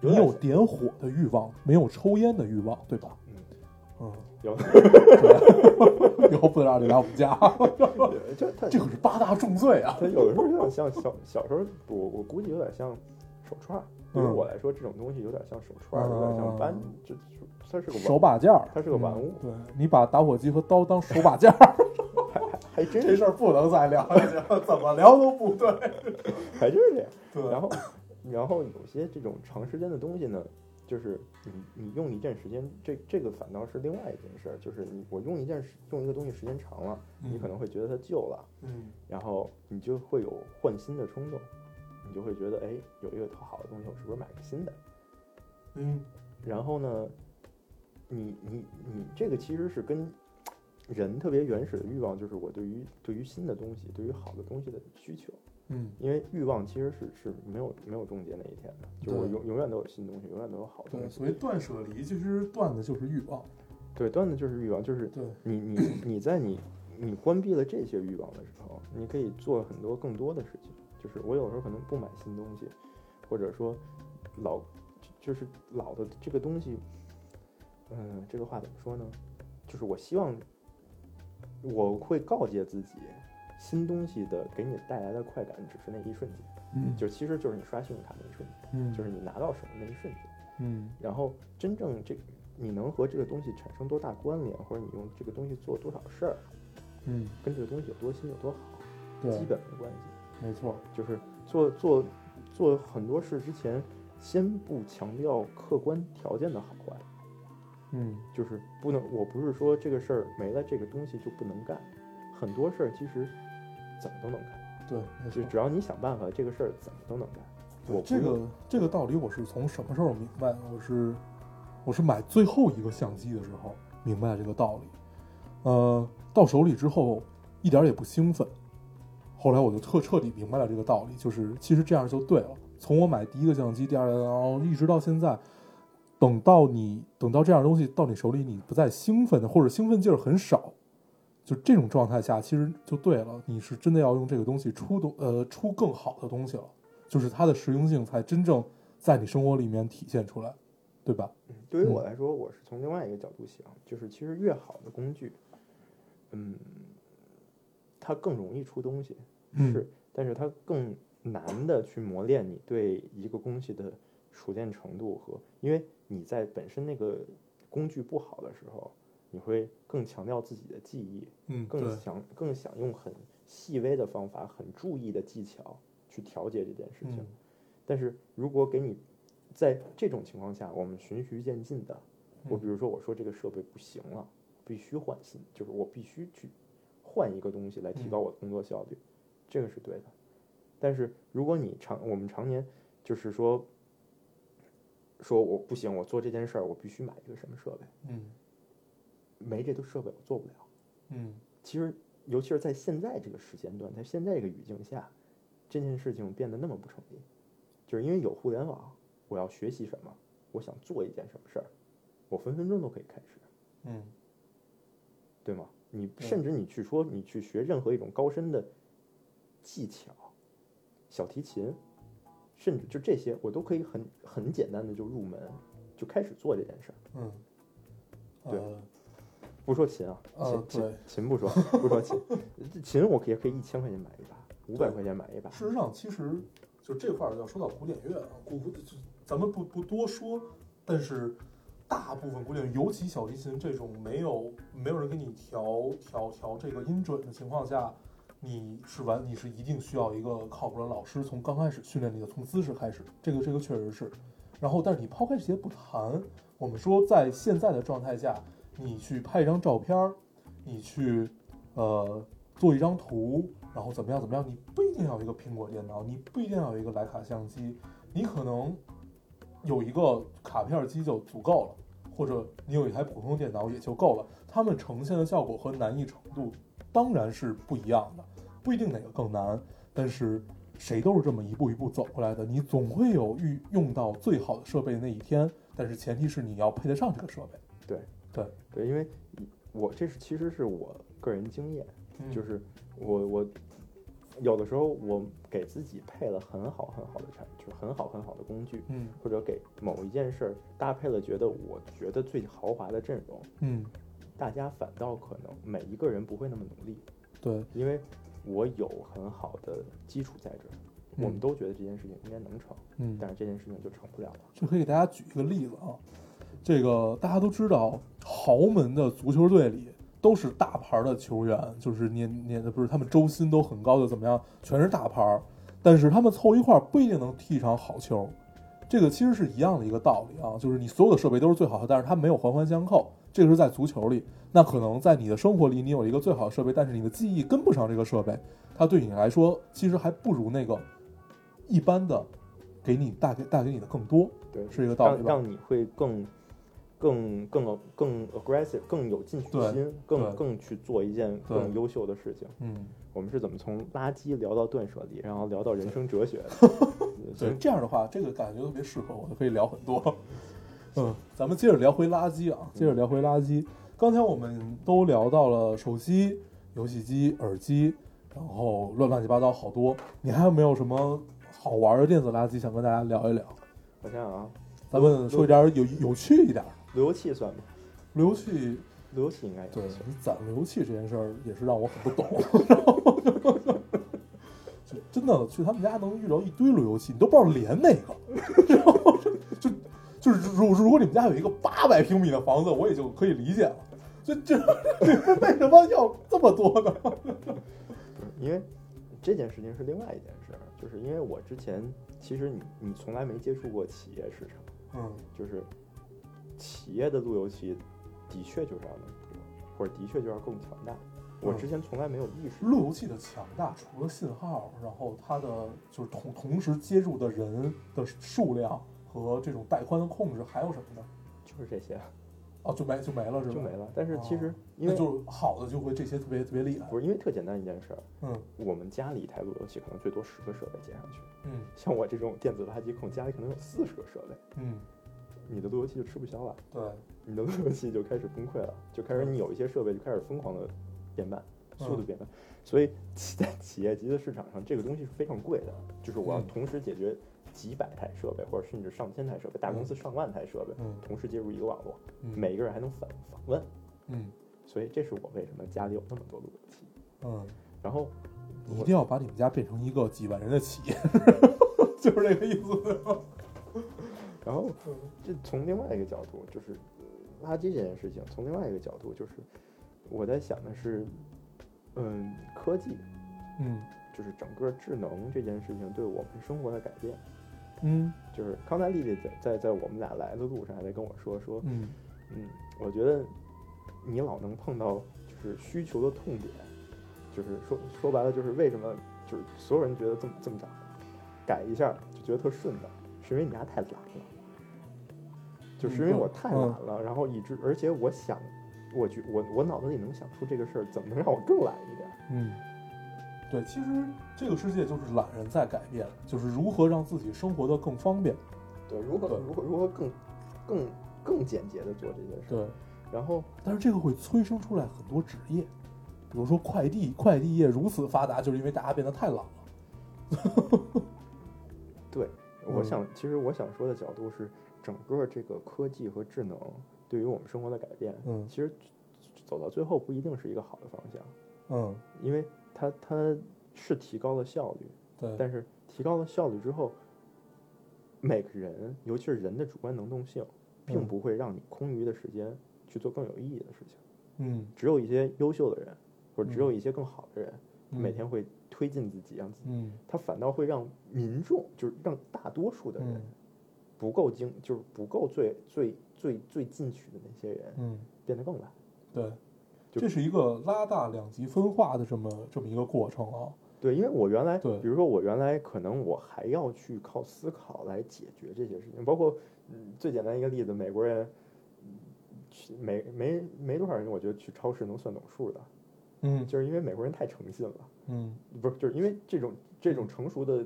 Speaker 2: 你
Speaker 3: 点
Speaker 2: 有点火的欲望，没有抽烟的欲望，对吧？
Speaker 3: 嗯
Speaker 2: 嗯，
Speaker 3: 有，
Speaker 2: 以后不能让你来我们家，
Speaker 3: 就它
Speaker 2: 这可是八大重罪啊！
Speaker 3: 它有的时候有点像小小时候，我我估计有点像手串儿，对于
Speaker 2: 嗯
Speaker 3: 我来说这种东西有点像手串儿，有点像玩，就就它是个
Speaker 2: 手
Speaker 3: 玩，
Speaker 2: 把件儿，
Speaker 3: 它是个玩物
Speaker 2: 嗯对你把打火机和刀当手把件儿，
Speaker 3: 还 真
Speaker 2: 这
Speaker 3: 是
Speaker 2: 事儿不能再聊下 去了，怎么聊都不对。
Speaker 3: 还真是这样。
Speaker 2: 对，
Speaker 3: 然后，然后有些这种长时间的东西呢，就是你你用一段时间，这这个反倒是另外一件事儿，就是你我用一件事用一个东西时间长了，你可能会觉得它旧了，
Speaker 2: 嗯
Speaker 3: 然后你就会有换新的冲动，你就会觉得哎，有一个特好的东西，我是不是买个新的？
Speaker 2: 嗯
Speaker 3: 然后呢，你你你这个其实是跟人特别原始的欲望，就是我对于对于新的东西，对于好的东西的需求。
Speaker 2: 嗯
Speaker 3: 因为欲望其实是是没有没有终结那一天的，就我
Speaker 2: 对
Speaker 3: 永永远都有新东西，永远都有好东
Speaker 2: 对，
Speaker 3: 西。
Speaker 2: 所谓断舍离，其实断的就是欲望。
Speaker 3: 对，段子就是欲望，就是
Speaker 2: 对，
Speaker 3: 你你 你在你你关闭了这些欲望的时候，你可以做很多更多的事情。就是我有时候可能不买新东西，或者说老就是老的这个东西，嗯、这个话怎么说呢？就是我希望我会告诫自己，新东西的给你带来的快感只是那一瞬间。
Speaker 2: 嗯
Speaker 3: 就其实就是你刷信用卡那一瞬间，
Speaker 2: 嗯
Speaker 3: 就是你拿到手的那一瞬间，
Speaker 2: 嗯
Speaker 3: 然后真正这你能和这个东西产生多大关联，或者你用这个东西做多少事儿，
Speaker 2: 嗯，
Speaker 3: 跟这个东西有多新有多好，
Speaker 2: 对
Speaker 3: 基，本没关系。
Speaker 2: 没错，
Speaker 3: 就是做做做很多事之前，先不强调客观条件的好坏，
Speaker 2: 嗯
Speaker 3: 就是不能，我不是说这个事儿没了这个东西就不能干，很多事儿其实怎么都能干，
Speaker 2: 对，没
Speaker 3: 就
Speaker 2: 错，
Speaker 3: 只要你想办法，这个事儿怎么都能干。我不
Speaker 2: 这个
Speaker 3: 用
Speaker 2: 这个道理我是从什么时候明白的？我是我是买最后一个相机的时候明白这个道理。呃，到手里之后一点儿也不兴奋，后来我就彻彻底明白了这个道理，就是其实这样就对了。从我买第一个相机，第二个，然后一直到现在，等到你等到这样的东西到你手里，你不再兴奋的，或者兴奋劲儿很少，就这种状态下，其实就对了。你是真的要用这个东西出东呃出更好的东西了。就是它的实用性才真正在你生活里面体现出来，对吧？
Speaker 3: 嗯对于
Speaker 2: 嗯
Speaker 3: 我来说，我是从另外一个角度想，就是其实越好的工具，嗯，它更容易出东西，
Speaker 2: 嗯
Speaker 3: 是，但是它更难的去磨练你对一个东西的熟练程度和，因为你在本身那个工具不好的时候，你会更强调自己的技艺，
Speaker 2: 嗯，
Speaker 3: 更想更想用很细微的方法、很注意的技巧去调节这件事情。
Speaker 2: 嗯
Speaker 3: 但是如果给你在这种情况下，我们循序渐进的，我比如说我说这个设备不行了，必须换新，就是我必须去换一个东西来提高我的工作效率，这个是对的。但是如果你常我们常年就是说。说我不行，我做这件事儿，我必须买一个什么设备，
Speaker 2: 嗯
Speaker 3: 没这个设备我做不了。
Speaker 2: 嗯
Speaker 3: 其实，尤其是在现在这个时间段，在现在这个语境下，这件事情变得那么不成立，就是因为有互联网，我要学习什么，我想做一件什么事儿，我分分钟都可以开始，
Speaker 2: 嗯
Speaker 3: 对吗？你
Speaker 2: 对
Speaker 3: 甚至你去说你去学任何一种高深的技巧，小提琴，甚至就这些，我都可以很很简单的就入门，就开始做这件事儿。
Speaker 2: 嗯，
Speaker 3: 对
Speaker 2: 呃
Speaker 3: 不说琴啊，
Speaker 2: 啊
Speaker 3: 琴
Speaker 2: 对
Speaker 3: 琴琴不说，不说琴， 这琴我可以可以一千块钱买一把，五百
Speaker 2: 对
Speaker 3: 块钱买一把，
Speaker 2: 事实上，其实就这块儿要说到古典乐啊，古古就咱们不不多说，但是大部分古典，尤其小提琴这种没有没有人给你调调调这个音准的情况下，你是完你是一定需要一个靠谱的老师，从刚开始训练你的，从姿势开始，这个这个确实是。然后，但是你抛开这些不谈，我们说在现在的状态下，你去拍一张照片儿，你去呃做一张图，然后怎么样怎么样，你不一定要有一个苹果电脑，你不一定要有一个徕卡相机，你可能有一个卡片机就足够了，或者你有一台普通电脑也就够了。它们呈现的效果和难易程度当然是不一样的，不一定哪个更难，但是谁都是这么一步一步走过来的，你总会有遇用到最好的设备那一天，但是前提是你要配得上这个设备。
Speaker 3: 对，因为我这是其实是我个人经验，就
Speaker 2: 嗯
Speaker 3: 是我我有的时候我给自己配了很好很好的产，就是很好很好的工具，
Speaker 2: 嗯
Speaker 3: 或者给某一件事儿搭配了觉得我觉得最豪华的阵容，
Speaker 2: 嗯，
Speaker 3: 大家反倒可能每一个人不会那么努力，
Speaker 2: 对，
Speaker 3: 因为我有很好的基础在这儿，我们
Speaker 2: 嗯
Speaker 3: 都觉得这件事情应该能成，
Speaker 2: 嗯
Speaker 3: 但是这件事情就成不了了。
Speaker 2: 就可以给大家举一个例子啊。这个大家都知道，豪门的足球队里都是大牌的球员，就是年年不是他们周薪都很高的，怎么样，全是大牌儿。但是他们凑一块儿不一定能踢一场好球，这个其实是一样的一个道理啊，就是你所有的设备都是最好的，但是它没有环环相扣，这个是在足球里。那可能在你的生活里，你有一个最好的设备，但是你的记忆跟不上这个设备，它对你来说其实还不如那个一般的给你带给带给你的更多。
Speaker 3: 对，
Speaker 2: 是一个道理
Speaker 3: 让
Speaker 2: 吧
Speaker 3: 让你会更更更更 aggressive，更有进取
Speaker 2: 对
Speaker 3: 心，
Speaker 2: 对
Speaker 3: 更更去做一件
Speaker 2: 对
Speaker 3: 更优秀的事情。
Speaker 2: 嗯，
Speaker 3: 我们是怎么从垃圾聊到断舍离，然后聊到人生哲学 的？
Speaker 2: 对，
Speaker 3: 行，
Speaker 2: 这样的话，这个感觉特别适合我，可以聊很多。嗯， 咱们接着聊回垃圾啊，接着聊回垃圾。刚才我们都聊到了手机、游戏机、耳机，然后乱乱七八糟好多。你还有没有什么好玩的电子垃圾想跟大家聊一聊？
Speaker 3: 我想想啊，
Speaker 2: 咱们说一点有有趣一点儿。
Speaker 3: 路由器算吗？
Speaker 2: 路由器，
Speaker 3: 路由器应该也
Speaker 2: 对
Speaker 3: 算。，
Speaker 2: 攒路由器这件事儿也是让我很不懂。然后就真的去他们家能遇到一堆路由器，你都不知道连哪个。然后就就就是如如果你们家有一个八百平米的房子，我也就可以理解了。就这为什么要这么多呢？
Speaker 3: 因为这件事情是另外一件事儿，就是因为我之前其实你你从来没接触过企业市场，
Speaker 2: 嗯
Speaker 3: 就是企业的路由器的确就是要那么多，或者的确就要更强大。
Speaker 2: 嗯
Speaker 3: 我之前从来没有意识。
Speaker 2: 路由器的强大，除了信号，然后它的就是同同时接入的人的数量和这种带宽的控制，还有什么呢？
Speaker 3: 就是这些，
Speaker 2: 哦，就没就没了是吧？
Speaker 3: 就没了。但是其实
Speaker 2: 哦
Speaker 3: 因为、
Speaker 2: 那就是好的就会这些特别特别厉害。
Speaker 3: 不是因为特简单一件事儿，
Speaker 2: 嗯
Speaker 3: 我们家里一台路由器可能最多十个设备接上去，
Speaker 2: 嗯
Speaker 3: 像我这种电子垃圾控，家里可能有四十个设备，
Speaker 2: 嗯，
Speaker 3: 你的路由器就吃不消了，
Speaker 2: 对，
Speaker 3: 你的路由器就开始崩溃了，就开始你有一些设备就开始疯狂的变慢，速度变
Speaker 2: 嗯
Speaker 3: 慢。所以企在企业级的市场上，这个东西是非常贵的，就是我要
Speaker 2: 嗯
Speaker 3: 同时解决几百台设备，或者甚至上千台设备，大公司上万台设备，
Speaker 2: 嗯
Speaker 3: 同时接入一个网络，
Speaker 2: 嗯
Speaker 3: 每个人还能反访问，
Speaker 2: 嗯
Speaker 3: 所以这是我为什么家里有那么多路由器。
Speaker 2: 嗯，
Speaker 3: 然后
Speaker 2: 你一
Speaker 3: 我
Speaker 2: 定要把你们家变成一个几万人的企 业，就是这个意思。
Speaker 3: 然后，这从另外一个角度，就是呃垃圾这件事情，从另外一个角度，就是我在想的是，嗯，科技
Speaker 2: 嗯
Speaker 3: 就是整个智能这件事情对我们生活的改变。
Speaker 2: 嗯
Speaker 3: 就是刚才丽丽在在在我们俩来的路上还在跟我说说，
Speaker 2: 嗯
Speaker 3: 嗯，我觉得你老能碰到就是需求的痛点，就是说说白了就是为什么就是所有人觉得这么这么着改一下就觉得特顺的，是因为你家太懒了，就是因为我太懒了，然后以致而且我想，我觉我我脑子里能想出这个事儿，怎么能让我更懒一点？
Speaker 2: 嗯，对，其实这个世界就是懒人在改变，就是如何让自己生活的更方便。
Speaker 3: 对，如何
Speaker 2: 对
Speaker 3: 如何如何更更更简洁的做这件事儿，
Speaker 2: 对，
Speaker 3: 然后。
Speaker 2: 但是这个会催生出来很多职业，比如说快递，快递业如此发达，就是因为大家变得太懒了。
Speaker 3: 对，我
Speaker 2: 嗯
Speaker 3: 想，其实我想说的角度是，整个这个科技和智能对于我们生活的改变，
Speaker 2: 嗯
Speaker 3: 其实走到最后不一定是一个好的方向，
Speaker 2: 嗯，
Speaker 3: 因为它它是提高了效率，
Speaker 2: 对，
Speaker 3: 但是提高了效率之后，每个人，尤其是人的主观能动性，并
Speaker 2: 嗯
Speaker 3: 不会让你空余的时间去做更有意义的事情。
Speaker 2: 嗯，
Speaker 3: 只有一些优秀的人，或者只
Speaker 2: 嗯
Speaker 3: 有一些更好的人，
Speaker 2: 嗯
Speaker 3: 每天会推进自己，让自己，
Speaker 2: 嗯
Speaker 3: 他反倒会让民众，就是让大多数的人。
Speaker 2: 嗯
Speaker 3: 不够精，就是不够最最最最进取的那些人
Speaker 2: 嗯，
Speaker 3: 变得更懒。
Speaker 2: 对，
Speaker 3: 就
Speaker 2: 这是一个拉大两极分化的这么这么一个过程啊。
Speaker 3: 对，因为我原来，
Speaker 2: 对
Speaker 3: 比如说我原来可能我还要去靠思考来解决这些事情，包括嗯最简单一个例子，美国人嗯去没没没多少人，我觉得去超市能算懂数的，
Speaker 2: 嗯
Speaker 3: 就是因为美国人太诚信了，
Speaker 2: 嗯
Speaker 3: 不是，就是因为这种这种成熟的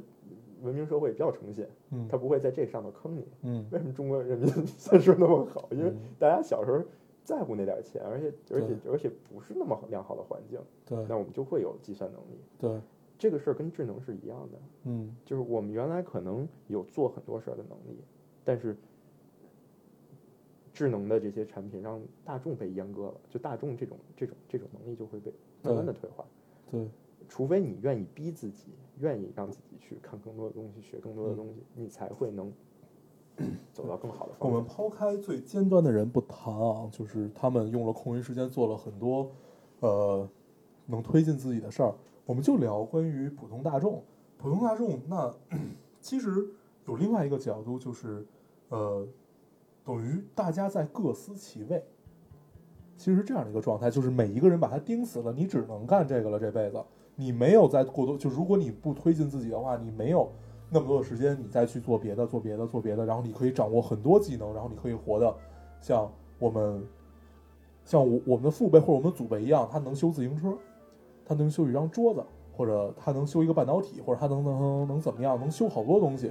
Speaker 3: 文明社会比较诚信，
Speaker 2: 嗯
Speaker 3: 他不会在这上面坑你。
Speaker 2: 嗯
Speaker 3: 为什么中国人民算数那么好？因为
Speaker 2: 嗯
Speaker 3: 大家小时候在乎那点钱，而且而且
Speaker 2: 对
Speaker 3: 而且不是那么良好的环境，
Speaker 2: 对
Speaker 3: 那我们就会有计算能力。
Speaker 2: 对
Speaker 3: 这个事儿跟智能是一样的，
Speaker 2: 嗯
Speaker 3: 就是我们原来可能有做很多事儿的能力，但是智能的这些产品让大众被阉割了，就大众这种这种这种能力就会被慢慢的退化。
Speaker 2: 对
Speaker 3: 除非你愿意逼自己，愿意让自己去看更多的东西，学更多的
Speaker 2: 嗯
Speaker 3: 东西，你才会能走到更好的
Speaker 2: 我
Speaker 3: 方
Speaker 2: 们
Speaker 3: 向。
Speaker 2: 抛开最尖端的人不谈啊，就是他们用了空余时间做了很多，呃，能推进自己的事儿。我们就聊关于普通大众，普通大众那 其实有另外一个角度，就是呃，等于大家在各司其位。其实是这样的一个状态，就是每一个人把它盯死了，你只能干这个了，这辈子你没有再过多，就如果你不推进自己的话，你没有那么多的时间，你再去做别的，做别的，做别的，然后你可以掌握很多技能，然后你可以活得像我们，像我我们的父辈或者我们的祖辈一样，他能修自行车，他能修一张桌子，或者他能修一个半导体，或者他能能能能怎么样，能修好多东西。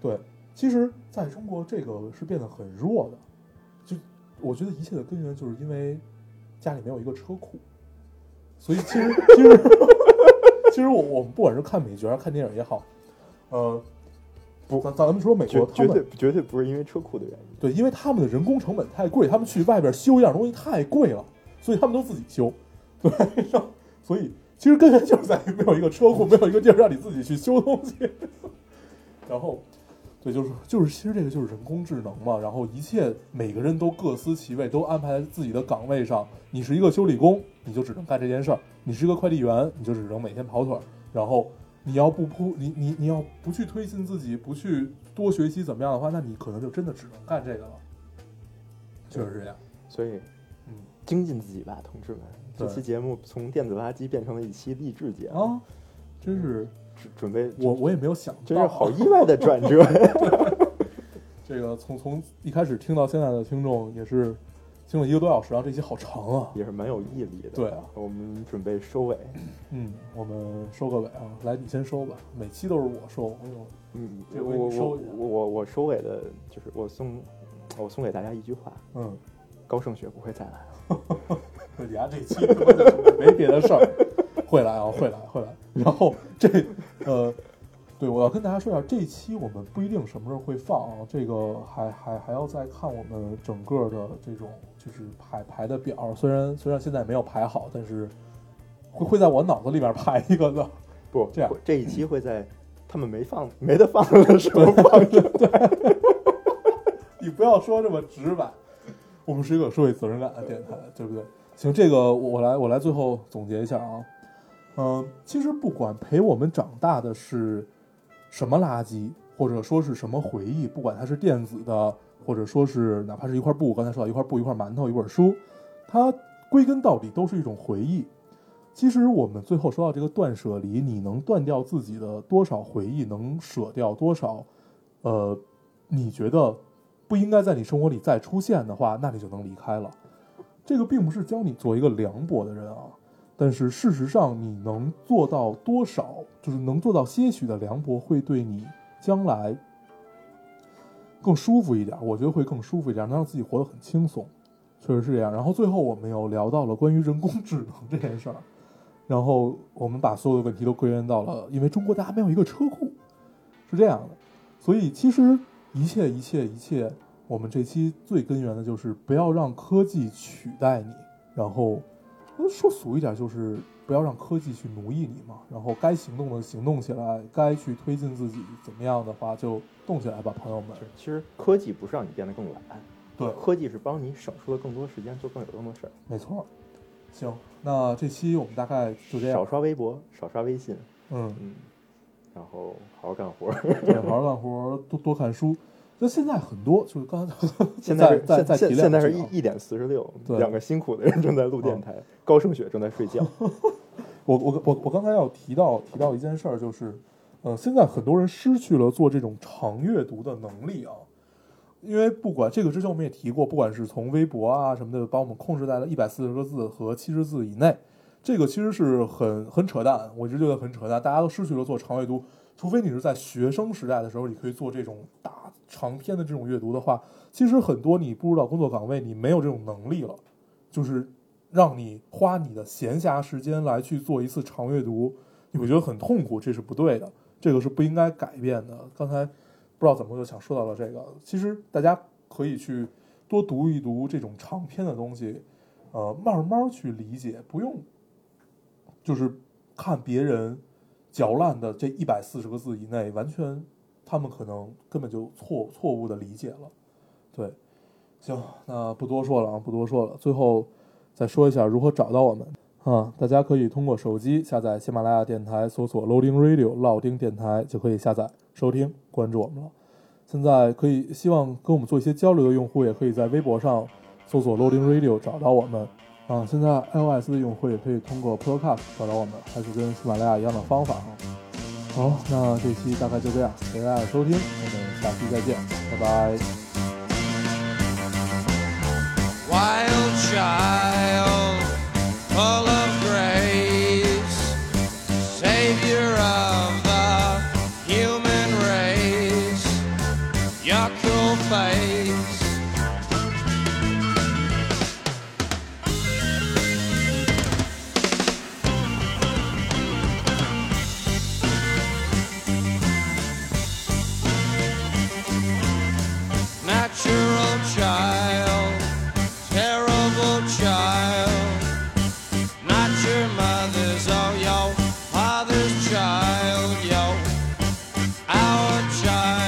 Speaker 2: 对，其实在中国这个是变得很弱的，就我觉得一切的根源就是因为家里没有一个车库，所以其实其实 其实我我们不管是看美剧还是看电影也好，呃，
Speaker 3: 不
Speaker 2: 咱咱们说美
Speaker 3: 绝
Speaker 2: 国，他
Speaker 3: 绝
Speaker 2: 们
Speaker 3: 对绝对不是因为车库的原因。
Speaker 2: 对，因为他们的人工成本太贵，他们去外边修一样东西太贵了，所以他们都自己修。对，然后所以其实根源就是在于没有一个车库，没有一个地儿让你自己去修东西。 然后，对，就是就是，其实这个就是人工智能嘛。然后一切每个人都各司其位，都安排在自己的岗位上。你是一个修理工，你就只能干这件事儿；你是一个快递员，你就只能每天跑腿儿。然后你要不扑，你你你要不去推进自己，不去多学习怎么样的话，那你可能就真的只能干这个了。确实是这样，
Speaker 3: 所以
Speaker 2: 嗯，
Speaker 3: 精进自己吧，同志们！
Speaker 2: 对
Speaker 3: 这期节目从电子垃圾变成了一期励志节目，
Speaker 2: 啊，真是
Speaker 3: 准准备
Speaker 2: 我我也没有想
Speaker 3: 真
Speaker 2: 到
Speaker 3: 是好意外的转 折。
Speaker 2: 这个从从一开始听到现在的听众也是听了一个多小时，然后这期好长啊。
Speaker 3: 也是蛮有毅力的。
Speaker 2: 对啊
Speaker 3: 我们准备收尾。
Speaker 2: 嗯，我们收个尾啊，来你先收吧，每期都是我收，哎呦，
Speaker 3: 嗯，
Speaker 2: 这
Speaker 3: 我
Speaker 2: 回你
Speaker 3: 我
Speaker 2: 收
Speaker 3: 我
Speaker 2: 一下
Speaker 3: 我我我收尾的就是我送我送给大家一句话：
Speaker 2: 嗯，
Speaker 3: 高盛雪不会再来了。
Speaker 2: 对，你看这期根本就没别的事儿，会来啊，会来，会来。然后这呃，对，我要跟大家说一下，这期我们不一定什么时候会放啊，这个还还还要再看我们整个的这种就是排排的表，虽然虽然现在没有排好，但是会会在我脑子里面排一个的。
Speaker 3: 不，
Speaker 2: 这样
Speaker 3: 会这一期会在他们没放没得放的时候 放着。
Speaker 2: 你不要说这么直白。我们是一个有社会责任感的电台，对不对？行，这个我来我来最后总结一下啊。嗯，其实不管陪我们长大的是什么垃圾，或者说是什么回忆，不管它是电子的，或者说是哪怕是一块布，刚才说到一块布、一块馒头、一本书，它归根到底都是一种回忆。其实我们最后说到这个断舍离，你能断掉自己的多少回忆，能舍掉多少？呃，你觉得不应该在你生活里再出现的话，那你就能离开了。这个并不是教你做一个凉薄的人啊，但是事实上，你能做到多少，就是能做到些许的凉薄，会对你将来更舒服一点。我觉得会更舒服一点，能让自己活得很轻松，确实是这样。然后最后我们又聊到了关于人工智能这件事儿，然后我们把所有的问题都归源到了，因为中国大家没有一个车库，是这样的。所以其实一切一切一切，我们这期最根源的就是不要让科技取代你，然后呃说俗一点就是不要让科技去奴役你嘛。然后该行动的行动起来，该去推进自己怎么样的话就动起来吧，朋友们。
Speaker 3: 其实科技不是让你变得更懒，
Speaker 2: 对
Speaker 3: 科技是帮你省出了更多时间做更有用的事儿。
Speaker 2: 没错。行，那这期我们大概就这
Speaker 3: 少
Speaker 2: 样。
Speaker 3: 刷微博，少刷微信，
Speaker 2: 嗯，
Speaker 3: 嗯，然后好好干活儿。
Speaker 2: 对，好好干活，多多看书。那现在很多就是刚才
Speaker 3: 现在是
Speaker 2: 再再再
Speaker 3: 现
Speaker 2: 提两
Speaker 3: 现现在
Speaker 2: 句
Speaker 3: 是
Speaker 2: 啊
Speaker 3: 一一点四十六，
Speaker 2: 对
Speaker 3: 两个辛苦的人正在录电台，高胜雪正在睡觉。
Speaker 2: 我我我我刚才要提到提到一件事儿，就是，呃，现在很多人失去了做这种长阅读的能力啊，因为不管这个之前我们也提过，不管是从微博啊什么的，把我们控制在了一百四十个字和七十字以内，这个其实是很很扯淡，我一直觉得很扯淡，大家都失去了做长阅读，除非你是在学生时代的时候，你可以做这种大长篇的这种阅读的话，其实很多你步入到工作岗位，你没有这种能力了，就是让你花你的闲暇时间来去做一次长阅读，你会觉得很痛苦，这是不对的，这个是不应该改变的。刚才不知道怎么就想说到了这个，其实大家可以去多读一读这种长篇的东西，呃，慢慢去理解，不用就是看别人嚼烂的这一百四十个字以内，完全他们可能根本就错错误的理解了，对。行，那不多说了啊，不多说了。最后再说一下如何找到我们啊，大家可以通过手机下载喜马拉雅电台，搜索 Loading Radio 老丁电台就可以下载收听，关注我们了。现在可以希望跟我们做一些交流的用户，也可以在微博上搜索 Loading Radio 找到我们啊。现在 iOS 的用户也可以通过 Podcast 找到我们，还是跟喜马拉雅一样的方法啊。好，那这期大概就这样，谢谢大家的收听，我们下期再见，拜拜。
Speaker 4: wild child, full of grace, savior of the human race, your cool face. Natural child terrible child. Not oh,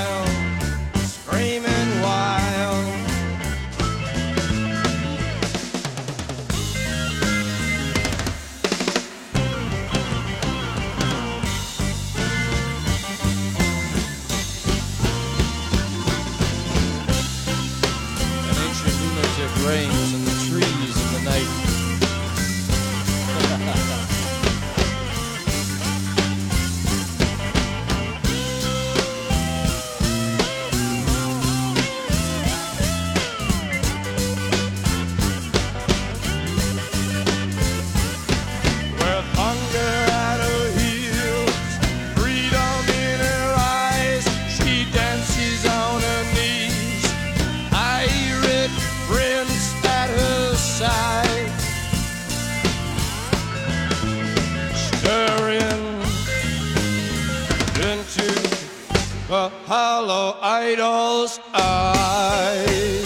Speaker 4: fellow idol's eye.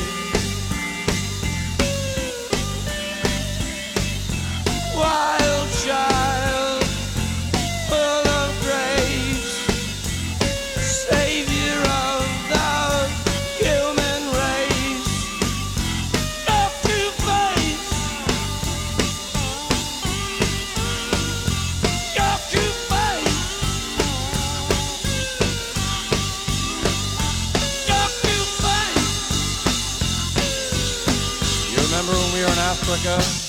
Speaker 4: Wild child, full of grace, savior of the human race, up to face, up to face. You remember when we were in Africa?